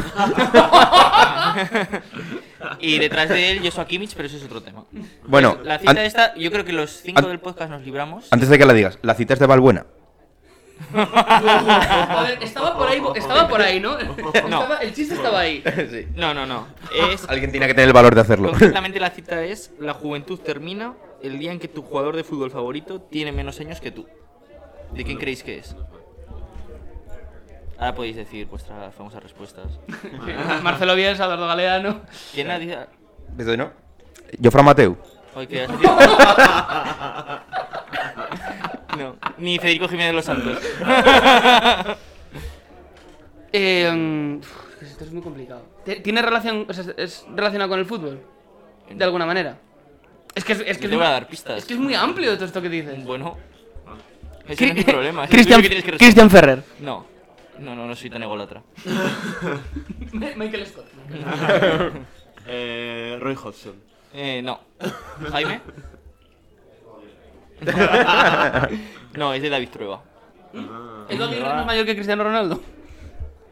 Y detrás de él, Joshua Kimmich, pero eso es otro tema.
Bueno,
La cita
an-
esta, yo creo que los cinco
an-
del podcast nos libramos.
antes de que la digas, la cita es de Valbuena.
A ver, estaba por ahí, estaba por ahí ¿no? Estaba- el chiste estaba ahí.
Sí.
No, no, no. Es
Alguien tiene que tener el valor de hacerlo.
Concretamente la cita es, la juventud termina el día en que tu jugador de fútbol favorito tiene menos años que tú. ¿De quién creéis que es? Ahora podéis decir vuestras famosas respuestas.
Marcelo Bielsa, Eduardo Galeano.
¿Quién ha dicho?
¿Desde hoy no? Jofra Mateu.
Ay, que has dicho- No, ni Federico Jiménez de los Santos.
Eh, mm, uf, esto es muy complicado. Te- ¿Tiene relación, o sea, es relacionado con el fútbol? De alguna manera. Es que es, es que
Yo
es
te
muy-
voy a dar pistas.
es que es muy amplio todo esto que dices.
Bueno, ese no es mi problema. es el
Cristian,
tuyo que tienes que resolver.
Cristian Ferrer.
No, no, no, no soy tan ególatra.
Michael Scott.
Eh, Roy Hodgson.
Eh, no. ¿Jaime? no, es de David Trueba. Pues
Eduardo Aguirre no es mayor que Cristiano Ronaldo.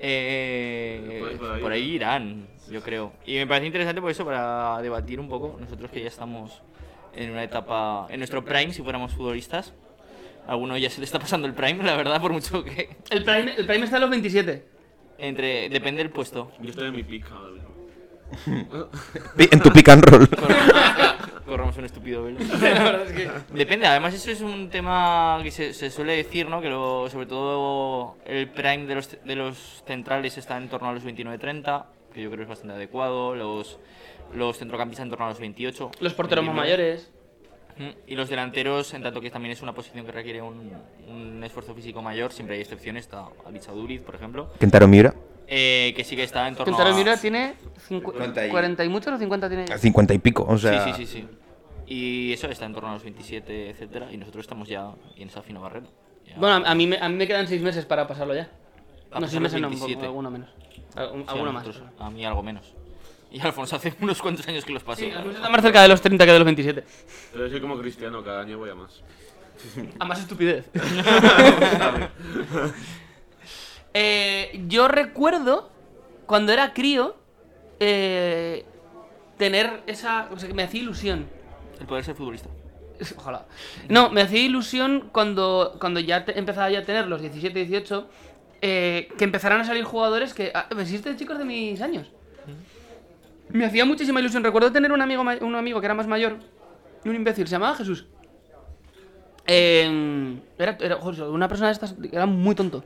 Eh,
Por ahí, por ahí.
por ahí irán, yo creo. Y me parece interesante por eso, para debatir un poco, nosotros que ya estamos en una etapa, en nuestro prime, si fuéramos futbolistas. A alguno ya se le está pasando el prime, la verdad, por mucho que...
El prime, el prime está a los 27.
Entre, depende del puesto.
Yo estoy en mi pica ahora mismo.
Pi- En tu pick and roll.
Corramos un estúpido velo. Depende, además eso es un tema que se, se suele decir, ¿no? Que lo- sobre todo el prime de los, de los centrales está en torno a los 29-30, que yo creo es bastante adecuado, los, los centrocampistas en torno a los 28.
Los porteros más
29.
mayores.
Mm, Y los delanteros, en tanto que también es una posición que requiere un, un esfuerzo físico mayor, siempre hay excepciones, está Abicha Duriz, por ejemplo,
Kentaro Miura.
eh, que sí que está en torno
Quintero
a...
Miura tiene cincu-
50 y-
40 y muchos o 50 tiene.
A 50 y pico. O sea,
Sí, sí, sí, sí. Y eso está en torno a los 27, etcétera, y nosotros estamos ya en esa fina barrera. Ya-
Bueno, a, a mí me, a mí me quedan 6 meses para pasarlo ya.
A
no, 6
pasar los
meses no, un poco-
27.
alguno menos. Algún-
Sí, a
Alguno más.
nosotros- A mí algo menos. Y Alfonso hace unos cuantos años que los pasó.
Sí, algunos están más cerca de los 30 que de los 27.
Pero soy como cristiano, cada año voy a más.
A más estupidez. Eh, yo recuerdo cuando era crío eh, tener esa. O sea, que me hacía ilusión.
El poder ser futbolista.
Ojalá. No, me hacía ilusión cuando, cuando ya te- empezaba ya a tener los 17, 18, eh, que empezaran a salir jugadores que... ah, pues, si este chico es de mis años. Me hacía muchísima ilusión. Recuerdo tener un amigo, ma- un amigo que era más mayor, un imbécil, se llamaba Jesús. Eh, era, era- joder, una persona de estas era muy tonto.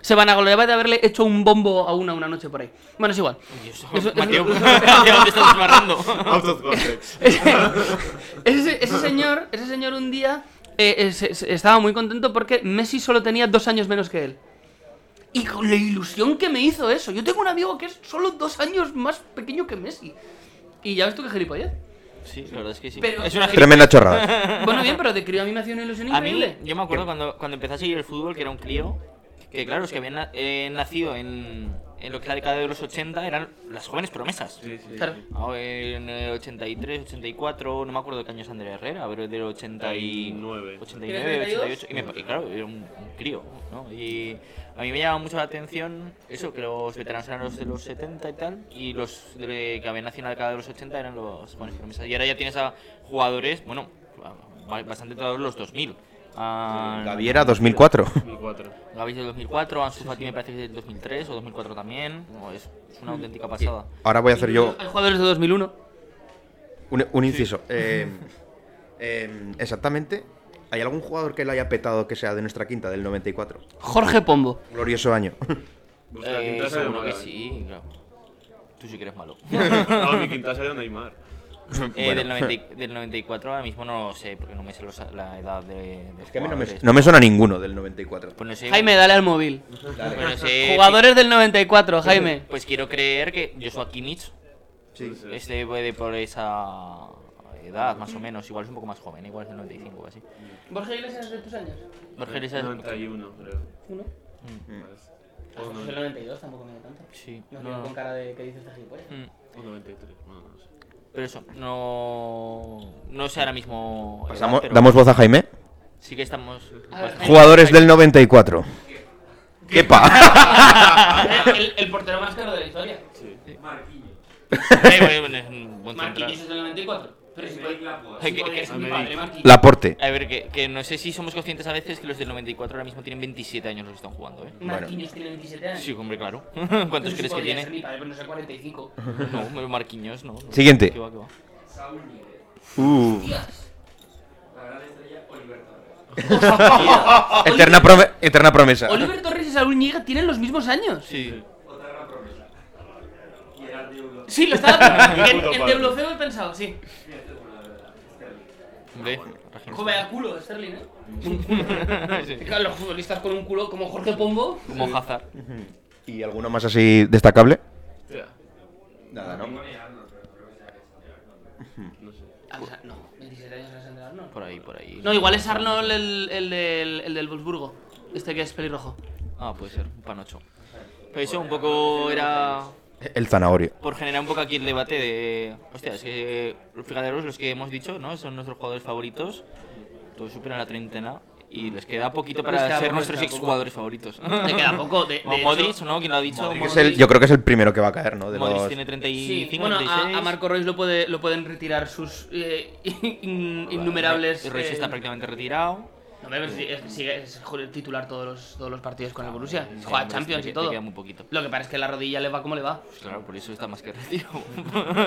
Se vanagloriaba de haberle hecho un bombo a una una noche por ahí. Bueno, es igual.
Dios,
Eso-
Mateo,
eso-
¿hacia dónde estás desmarrando?
Out of context.
ese, ese señor, ese señor un día eh, eh, se- se- estaba muy contento porque Messi solo tenía dos años menos que él. Y con la ilusión que me hizo eso. Yo tengo un amigo que es solo dos años más pequeño que Messi. Y ya ves tú qué gilipollez.
Sí, la verdad es que sí.
Pero-
es una gili-
Tremenda chorrada.
Bueno, bien, pero de crío a mí me hacía una ilusión
A mí,
increíble.
yo me acuerdo cuando, cuando empecé a seguir el fútbol, que era un crío, que claro, los que habían na- eh, nacido en, en lo que es la década de los 80 eran las jóvenes promesas.
Claro.
Ah, En el 83, 84, no me acuerdo de qué año es Andrés Herrera, pero es del 89,
89.
89 88. Y, me, y claro, era un, un crío, ¿no? Y a mí me llama mucho la atención eso, que los veteranos eran los de los 70 y tal, y los de, que habían nacido en la década de los 80 eran los jóvenes promesas. Y ahora ya tienes a jugadores, bueno, ba- bastante todos los 2000. A
Gaviera 2004.
2004.
Gaby es del 2004, Ansu Fati me parece que es del 2003 o 2004 también. No, es, es una auténtica pasada.
Ahora voy a hacer yo
Hay jugadores de 2001.
un, un inciso. Eh, eh, exactamente. ¿Hay algún jugador que lo haya petado que sea de nuestra quinta del 94?
Jorge Pombo.
Glorioso año.
Pues la
Eh,
quinta sería
seguro que
Málaga,
sí, claro. Tú sí que eres malo.
¿eh? No, mi quinta sería Neymar.
Eh,
Bueno.
del, 90 y- del 94 ahora mismo no lo sé, porque no me sé los- la edad de. de
Es que a mí no me,
jugadores.
no me suena ninguno del 94.
Pues no sé.
Jaime, dale al móvil.
pues no sé,
Jugadores del 94, Jaime.
Pues quiero creer que Joshua Kimmich
Sí.
es de, de Este por esa edad, más o menos. Igual es un poco más joven, igual es del 95 o así.
Borja Iglesias es de tus años.
Borges Iglesias-
91, creo. Mm.
¿Uno?
O no-
el 92, tampoco me da tanto.
Sí, no, no.
cara de que dices esta gilipollas.
Mm.
o 93. Bueno, no sé.
Pero eso, no. No sé ahora mismo. edad,
Pasamos-
pero
damos voz a Jaime.
Sí que estamos.
A ver,
Jugadores del 94. ¡Kepa!
el, el portero más caro de la historia.
Eh, bueno, bueno, es un buen central.
Marquinhos es del 94. Pero si
Eh, que- que-
es mi padre, Marquinhos.
Laporte.
A ver, que, que no sé si somos conscientes a veces que los del 94 ahora mismo tienen 27 años los que están jugando, ¿eh?
Marquinhos tiene 27 años.
Sí, hombre, claro. ¿Cuántos
Pero si
crees que
podría ser Mi
tiene?
padre, pero no sé, 45.
No, hombre, Marquinhos, no. no.
Siguiente.
¿Qué va, qué va?
Uh. eterna, ¿eh? prome- eterna promesa.
Oliver Torres y Saúl Ñiga tienen los mismos años.
Sí.
Sí, lo estaba pensando.
Qué
en,
puto
en
padre.
Deulofeu he pensado, sí.
Hombre, Raheem
Joder, a culo, Sterling, ¿eh?
Sterling. Sí.
Claro, los futbolistas con un culo como Jorge Pombo.
Como Hazard.
¿Y alguno más así destacable?
Hostia,
Nada, ¿no?
no sé.
Ah, o sea, no, 27 años es André Arnold.
Por ahí, por ahí.
No, igual es Arnold el, el, del, el del Wolfsburgo. Este que es pelirrojo.
Ah, puede ser, un panocho. Pero eso un poco era.
El zanahorio.
Por generar un poco aquí el debate de. Hostia, es que. eh, Fijaros, los que hemos dicho, ¿no? Son nuestros jugadores favoritos. Todos superan la treintena. Y les queda poquito para
Les queda
ser
poco,
nuestros
les queda
ex jugadores favoritos.
Te queda poco. De,
O
de
Modric,
hecho-
¿no? ¿Quién lo ha dicho?
Es el- yo creo que es el primero que va a caer, ¿no? De
Modric
los-
tiene
Sí,
35,
bueno, a,
36.
a Marco Reus lo, puede, lo pueden retirar sus eh, in-
Vale,
innumerables.
Y Royce
eh,
está prácticamente retirado.
No, pero si- es, sigue es joder, titular todos los, todos los partidos con el Borussia.
Sí,
Juega
hombre,
Champions
te-
y
te
todo.
queda muy poquito.
Lo que pasa es que la rodilla le va como le va.
Pues claro, por eso está más que retirado.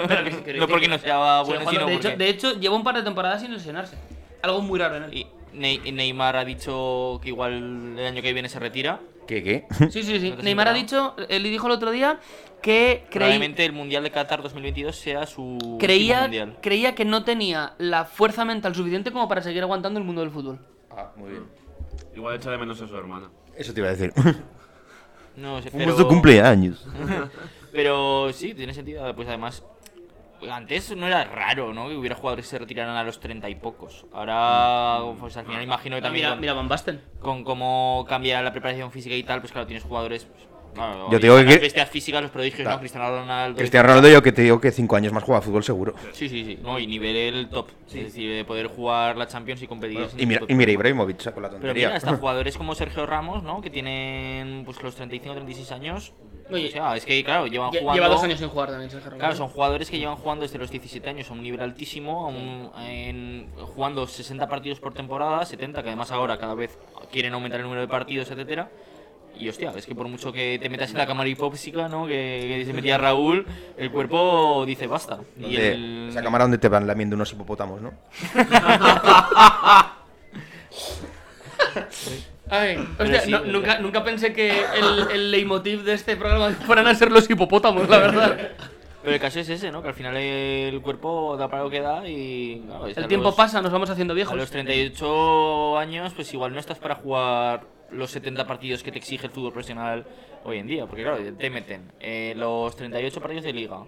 Pero que- que-
no porque no sea
Sí,
Ah, bueno,
Juan,
sino
de,
porque...
hecho, de hecho, lleva un par de temporadas sin lesionarse. Algo muy raro en él.
Y Ney- y Neymar ha dicho que igual el año que viene se retira.
¿Qué, qué?
Sí, sí, sí.
No te
Neymar ha
siento
dicho, él dijo el otro día que creí,
Probablemente el Mundial de Qatar 2022 sea su último
creía,
mundial.
creía que no tenía la fuerza mental suficiente como para seguir aguantando el mundo del fútbol.
Ah, muy bien.
Igual echa de menos a su hermana.
Eso te iba a decir.
No sé,
Fuimos
pero...
de cumpleaños.
Pero sí, tiene sentido. Pues además, antes no era raro, ¿no? Que hubiera jugadores que se retiraran a los treinta y pocos. Ahora, pues al final imagino que
Ah,
también
mira,
con,
mira Van Basten.
con cómo cambia la preparación física y tal, pues claro, tienes jugadores... pues, claro,
Yo te digo
las
que-
bestias físicas, los prodigios,
Claro.
¿no? Cristiano Ronaldo...
Cristiano Ronaldo, yo que te digo que cinco años más juega a fútbol seguro.
Sí, sí, sí. No, y nivel el top. Es decir, de poder jugar la Champions y competir. sin
Y mira,
ningún
y mira
problema.
Ibrahimovic sacó la
Pero
tontería.
mira, hasta jugadores como Sergio Ramos, ¿no? Que tienen pues los 35 36 años.
Oye.
o sea, es que claro, llevan
Lle-
jugando
Lleva dos años sin jugar también, Sergio Ramos.
Claro, son jugadores que llevan jugando desde los 17 años a un nivel altísimo, a un- en- jugando 60 partidos por temporada, 70, que además ahora cada vez quieren aumentar el número de partidos, etcétera. Y hostia, es que por mucho que te metas en la cámara hipóxica, ¿no? Que, que se metía Raúl, el cuerpo dice basta. Y
Donde-
el-
Esa cámara donde te van lamiendo unos hipopótamos, ¿no?
Ay, hostia,
sí,
no-
pero-
nunca, nunca pensé que el, el leitmotiv de este programa fueran a ser los hipopótamos, la verdad.
Pero el caso es ese, ¿no? Que al final el cuerpo da para lo que da y. claro, es a
El tiempo
los-
pasa, nos vamos haciendo
A
viejos.
los 38 años, pues igual no estás para jugar los 70 partidos que te exige el fútbol profesional hoy en día, porque claro, te meten eh, los 38 partidos de liga,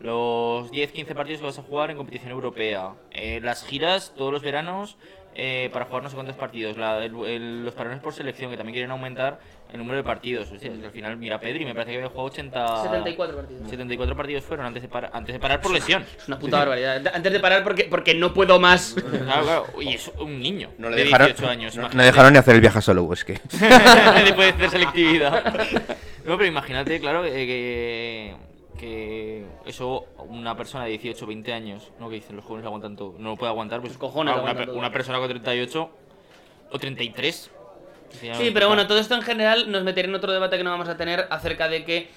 los 10-15 partidos que vas a jugar en competición europea, eh, las giras todos los veranos eh, para jugar no sé cuántos partidos, la- el- el- los parones por selección que también quieren aumentar el número de partidos. Hostia, es que al final, mira, Pedri me parece que había jugado 80...
74 partidos.
74 partidos fueron antes de, para- antes de parar por lesión.
Es una puta barbaridad. Antes de parar porque, porque no puedo más.
Claro, claro, y es un niño
No le
de
dejaron,
18 años.
no- no
imagínate.
dejaron ni hacer el viaje solo, es que.
Nadie puede hacer selectividad. No, pero imagínate, claro, eh, que, que eso una persona de 18, 20 años, no que dicen los jóvenes aguantan todo, no lo puede aguantar, pues
Los cojones
claro, una,
aguantan
pe-
todo.
una persona con 38 o 33.
Sí, pero bueno, todo esto en general nos metería en otro debate que no vamos a tener acerca de que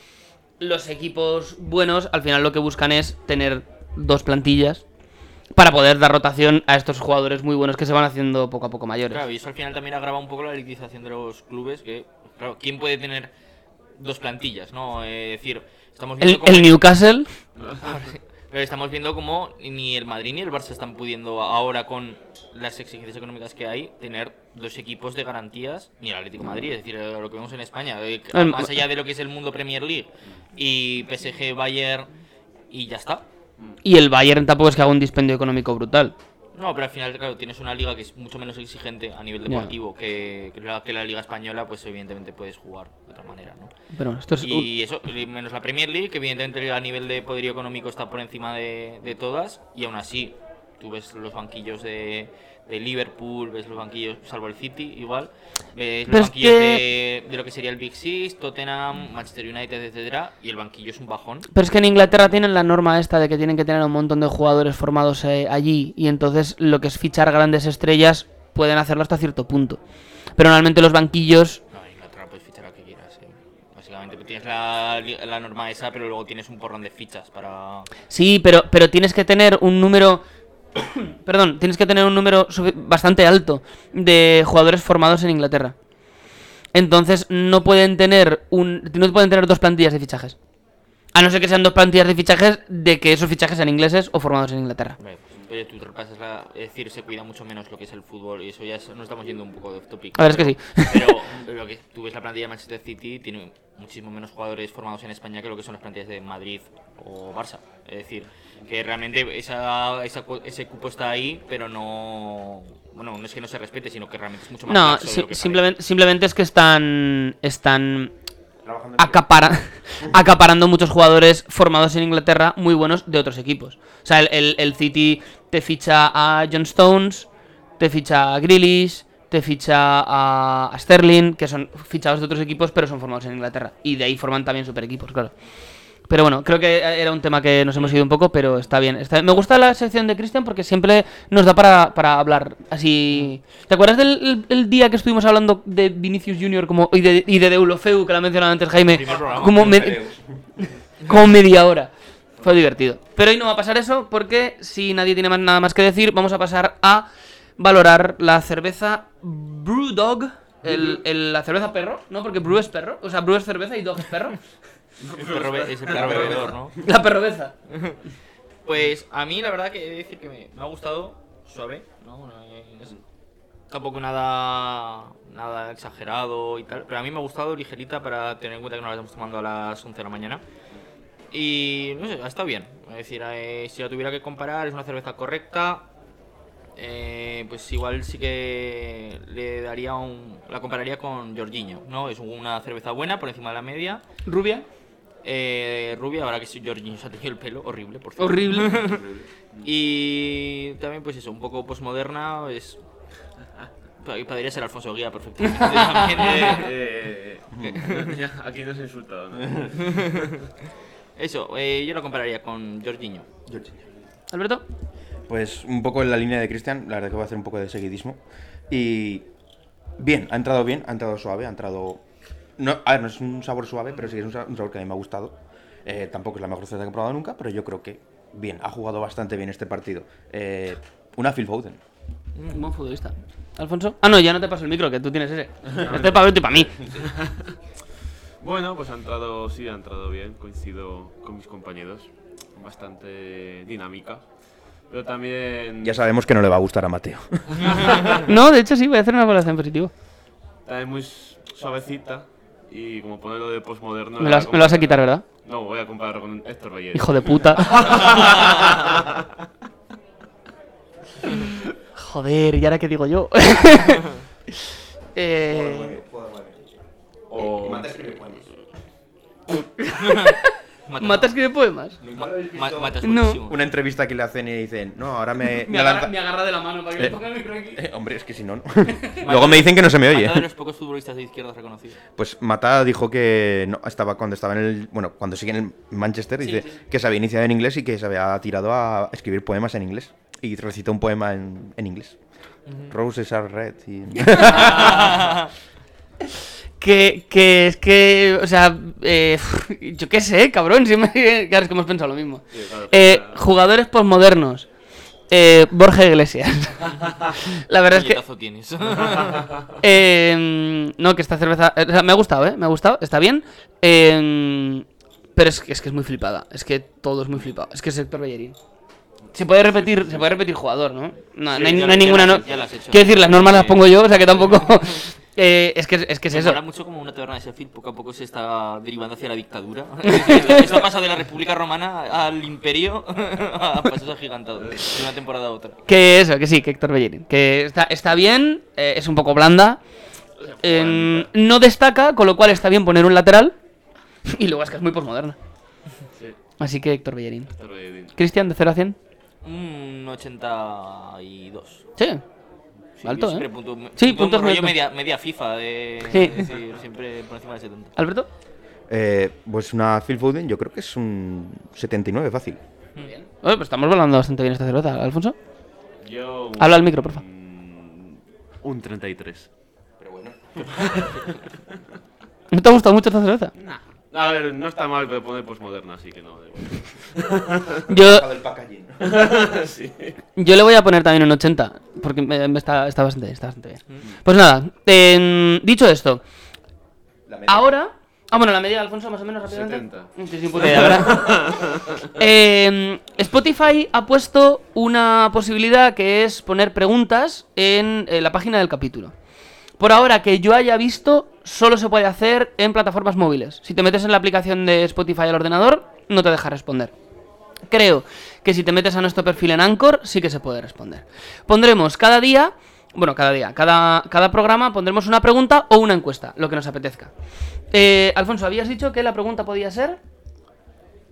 los equipos buenos al final lo que buscan es tener dos plantillas para poder dar rotación a estos jugadores muy buenos que se van haciendo poco a poco mayores.
Claro, y eso al final también agrava un poco la elitización de los clubes, que claro, ¿quién puede tener dos plantillas, no? Eh, es decir, estamos viendo
el,
cómo-
el Newcastle,
Pero estamos viendo como ni el Madrid ni el Barça están pudiendo ahora con las exigencias económicas que hay tener dos equipos de garantías ni el Atlético de Madrid, es decir, eh, lo que vemos en España, eh, que
El-
más allá de lo que es el mundo Premier League y PSG Bayern y ya está.
y el Bayern tampoco es que haga un dispendio económico brutal.
No, pero al final, claro, tienes una liga que es mucho menos exigente a nivel
Ya.
deportivo que, que la, que la liga española, pues evidentemente puedes jugar de otra manera, ¿no?
Pero bueno, esto es...
Y eso, y menos la Premier League, que evidentemente a nivel de poderío económico está por encima de, de todas, y aún así, tú ves los banquillos de, de Liverpool, ves los banquillos, salvo el City, igual, ves
Pero
los
es
banquillos
que-
de, de lo que sería el Big Six, Tottenham, Manchester United, etcétera, y el banquillo es un bajón.
Pero es que en Inglaterra tienen la norma esta de que tienen que tener un montón de jugadores formados eh, allí y entonces lo que es fichar grandes estrellas pueden hacerlo hasta cierto punto. Pero normalmente los banquillos...
No, en Inglaterra puedes fichar a que quieras, eh. Básicamente, pues tienes la, li- la norma esa, pero luego tienes un porrón de fichas para.
Sí, pero, pero tienes que tener un número... Perdón, tienes que tener un número sufi- bastante alto de jugadores formados en Inglaterra. Entonces no pueden tener un no pueden tener dos plantillas de fichajes. A no ser que sean dos plantillas de fichajes de que esos fichajes sean ingleses o formados en Inglaterra.
Hombre, pues, oye, tú repasas la. Es decir, se cuida mucho menos lo que es el fútbol, y eso ya es- nos estamos yendo un poco de off topic.
A ver, es que sí.
Pero lo que tú ves la plantilla de Manchester City tiene muchísimo menos jugadores formados en España que lo que son las plantillas de Madrid o Barça. Es decir, que realmente esa, esa cu- ese cupo está ahí, pero no. Bueno, no es que no se respete, sino que realmente es mucho más.
No,
laxo de
si-
lo que
simplemente, simplemente es que están. están
Trabajando en-
acapara- acaparando muchos jugadores formados en Inglaterra muy buenos de otros equipos. O sea, el, el- el City te ficha a John Stones, te ficha a Grealish, te ficha a, a Sterling, que son fichados de otros equipos, pero son formados en Inglaterra. Y de ahí forman también super equipos, claro. Pero bueno, creo que eh, era un tema que nos hemos ido un poco, pero está bien. está bien. Me gusta la sección de Cristian porque siempre nos da para, para hablar. Así. ¿Te acuerdas del el- el día que estuvimos hablando de Vinicius Junior como, y, de, y de Deulofeu, que la ha mencionado antes Jaime?
Primer programa.
Como, me- como media hora. Fue divertido. Pero hoy no va a pasar eso porque si nadie tiene más, nada más que decir, vamos a pasar a valorar la cerveza Brewdog. El, el- la cerveza perro, ¿no? Porque brew es perro. O sea, brew es cerveza y dog es perro.
parece. El perro be- es el perro bebedor, ¿no?
La perrobeza.
Pues a mí la verdad que he de decir que me, me ha gustado suave, ¿no? No es- tampoco nada nada exagerado y tal, pero a mí me ha gustado ligerita para tener en cuenta que no la estamos tomando a las 11 de la mañana. Y no sé, ha estado bien. Es decir, eh, si la tuviera que comparar, es una cerveza correcta. Eh, pues igual sí que le daría un. La compararía con Jorginho, ¿no? Es una cerveza buena por encima de la media.
Rubia.
Eh, rubia, ahora que soy Jorginho se ha tenido el pelo, horrible, por favor.
Horrible.
Y también, pues eso, un poco postmoderna, es. Pod- Podría ser Alfonso Guía perfectamente. también, eh.
Eh, eh, ya, aquí nos he insultado, ¿no?
Eso, eh, yo lo compararía con Jorginho.
Alberto.
Pues un poco en la línea de Cristian, la verdad que voy a hacer un poco de seguidismo. Y bien, ha entrado bien, ha entrado suave, ha entrado... No, a ver, no es un sabor suave, pero sí que es un sa- un sabor que a mí me ha gustado. Eh, tampoco es la mejor cerveza que he probado nunca, pero yo creo que bien, ha jugado bastante bien este partido. Eh, una Phil Foden.
Un Mm, buen futbolista. Alfonso. Ah, no, ya no te paso el micro, que tú tienes ese. Este es para Alberto y para mí.
Bueno, pues ha entrado, sí, ha entrado bien, coincido con mis compañeros. bastante dinámica. Pero también,
Ya sabemos que no le va a gustar a Mateo.
No, de hecho sí, voy a hacer una valoración positiva.
también muy suavecita. Y como ponerlo de postmoderno.
Me lo vas, me lo vas a quitar, ¿verdad?
No, voy a comparar con Héctor Vallejo.
Hijo de puta. Joder, ¿y ahora qué digo yo? eh,
O...
Mata-
¿Mata escribe poemas?
Ma- ma- Mata es
No.
buenísimo.
Una entrevista que le hacen y dicen, no, ahora me. me lanza-
de la mano para
que le Eh.
ponga el micro aquí.
Eh, hombre, es que si no, no. Luego me dicen que no se me oye. ¿eh?
Mata de los pocos futbolistas de izquierda reconocidos.
Pues Mata dijo que no, estaba cuando estaba en el. Bueno, cuando sigue en el Manchester, dice que se había iniciado en inglés y que se había tirado a escribir poemas en inglés. Y recitó un poema en, en inglés. Roses are red. y-
Que, que es que, o sea, eh, yo qué sé, cabrón. si me- Claro, es que hemos pensado lo mismo.
Sí, claro,
Eh,
pues,
jugadores posmodernos. Eh, Borja Iglesias. La verdad es que.
puñetazo tienes?
eh, no, que esta cerveza. eh, o sea, me ha gustado, ¿eh? Me ha gustado, está bien. Eh, pero es que, es que es muy flipada. Es que todo es muy flipado. Es que es Héctor Bellerín. Se puede repetir, se puede repetir jugador, ¿no? No,
Sí,
no hay,
ya-
no hay
ya
ninguna.
las-
no-
ya las he hecho.
Quiero decir, las normas las
Sí.
pongo yo, o sea que tampoco. Eh, es, que, es que es
Me
eso.
mola mucho como una taberna de Sheffield poco a poco se está derivando hacia la dictadura. Esto ha pasado de la República Romana al Imperio a pasos agigantados de una temporada a otra.
Que eso, que sí, que Héctor Bellerín. Que está, está bien, eh, es un poco blanda. eh, no destaca, con lo cual está bien poner un lateral. Y luego es que es muy posmoderna.
Sí.
Así que Héctor Bellerín.
Héctor Bellerín.
Cristian, de 0 a 100.
Un 82.
Sí.
Sí,
Alto,
siempre
¿eh?
punto- me-
Sí,
punto
puntos
rollo
netos.
media, media FIFA de,
Sí.
es decir, siempre por encima de 70.
Alberto.
Eh, pues una Phil Foden, yo creo que es un 79 fácil.
Oye, pues estamos volando bastante bien esta cerveza, Alfonso.
Yo... un-
Habla al micro, porfa.
Un 33.
¿No te ha gustado mucho esta cerveza?
A ver, no está mal, pero pone postmoderna, así que no. da igual.
Yo,
del packaging.
yo le voy a poner también un 80, porque me, me está, está, bastante, bien, está bastante bien. Pues nada, em, dicho esto, Ahora. Ah, bueno, la media de Alfonso, más o menos rápidamente. Mm,
70.
Sí, sí, puta idea, ¿verdad? Eh, Spotify ha puesto una posibilidad que es poner preguntas en eh, la página del capítulo. Por ahora que yo haya visto, solo se puede hacer en plataformas móviles. Si te metes en la aplicación de Spotify al ordenador, no te deja responder. Creo que si te metes a nuestro perfil en Anchor, sí que se puede responder. Pondremos cada día, bueno, cada día, cada, cada programa pondremos una pregunta o una encuesta, lo que nos apetezca. Eh, Alfonso, habías dicho que la pregunta podía ser,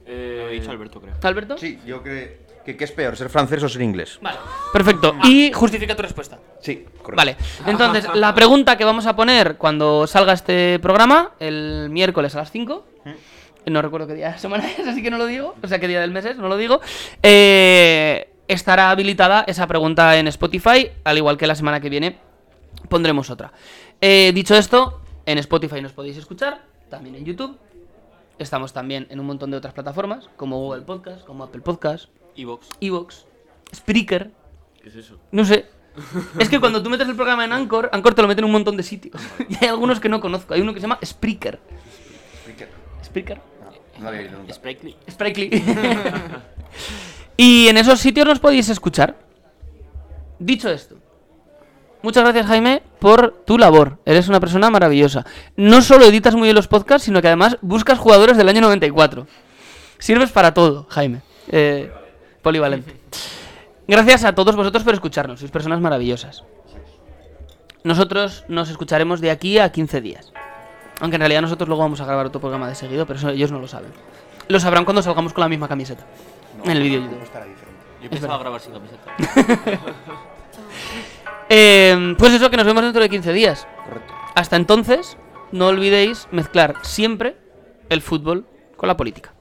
Eh,
Lo he dicho Alberto, creo.
Alberto.
Sí, yo creo que, que es peor, ser francés o ser inglés.
Vale, perfecto. Y justifica tu respuesta.
Sí, correcto.
Vale, entonces la pregunta que vamos a poner cuando salga este programa, el miércoles a las 5, no recuerdo qué día de la semana es, así que no lo digo, o sea, qué día del mes es, no lo digo, eh, estará habilitada esa pregunta en Spotify, al igual que la semana que viene pondremos otra. Eh, dicho esto, en Spotify nos podéis escuchar, también en YouTube, estamos también en un montón de otras plataformas, como Google Podcast, como Apple Podcast,
Y Vox.
Evox, Spreaker,
¿Qué es eso?
no sé. Es que cuando tú metes el programa en Anchor, Anchor te lo mete en un montón de sitios. Y hay algunos que no conozco. Hay uno que se llama Spreaker. Spreaker.
No había ido nunca.
Spritely.
Sprightly. y en esos sitios nos podéis escuchar. Dicho esto, muchas gracias Jaime por tu labor. Eres una persona maravillosa. No solo editas muy bien los podcasts, sino que además buscas jugadores del año 94. Sirves para todo, Jaime. Eh, polivalente. Gracias a todos vosotros por escucharnos. Sois personas maravillosas. Nosotros nos escucharemos de aquí a 15 días. Aunque en realidad nosotros luego vamos a grabar otro programa de seguido, pero eso ellos no lo saben. Lo sabrán cuando salgamos con la misma camiseta. en el vídeo de YouTube.
Estará diferente.
Yo pensaba grabar sin camiseta.
Eh, pues eso, que nos vemos dentro de 15 días.
Correcto.
Hasta entonces, no olvidéis mezclar siempre el fútbol con la política.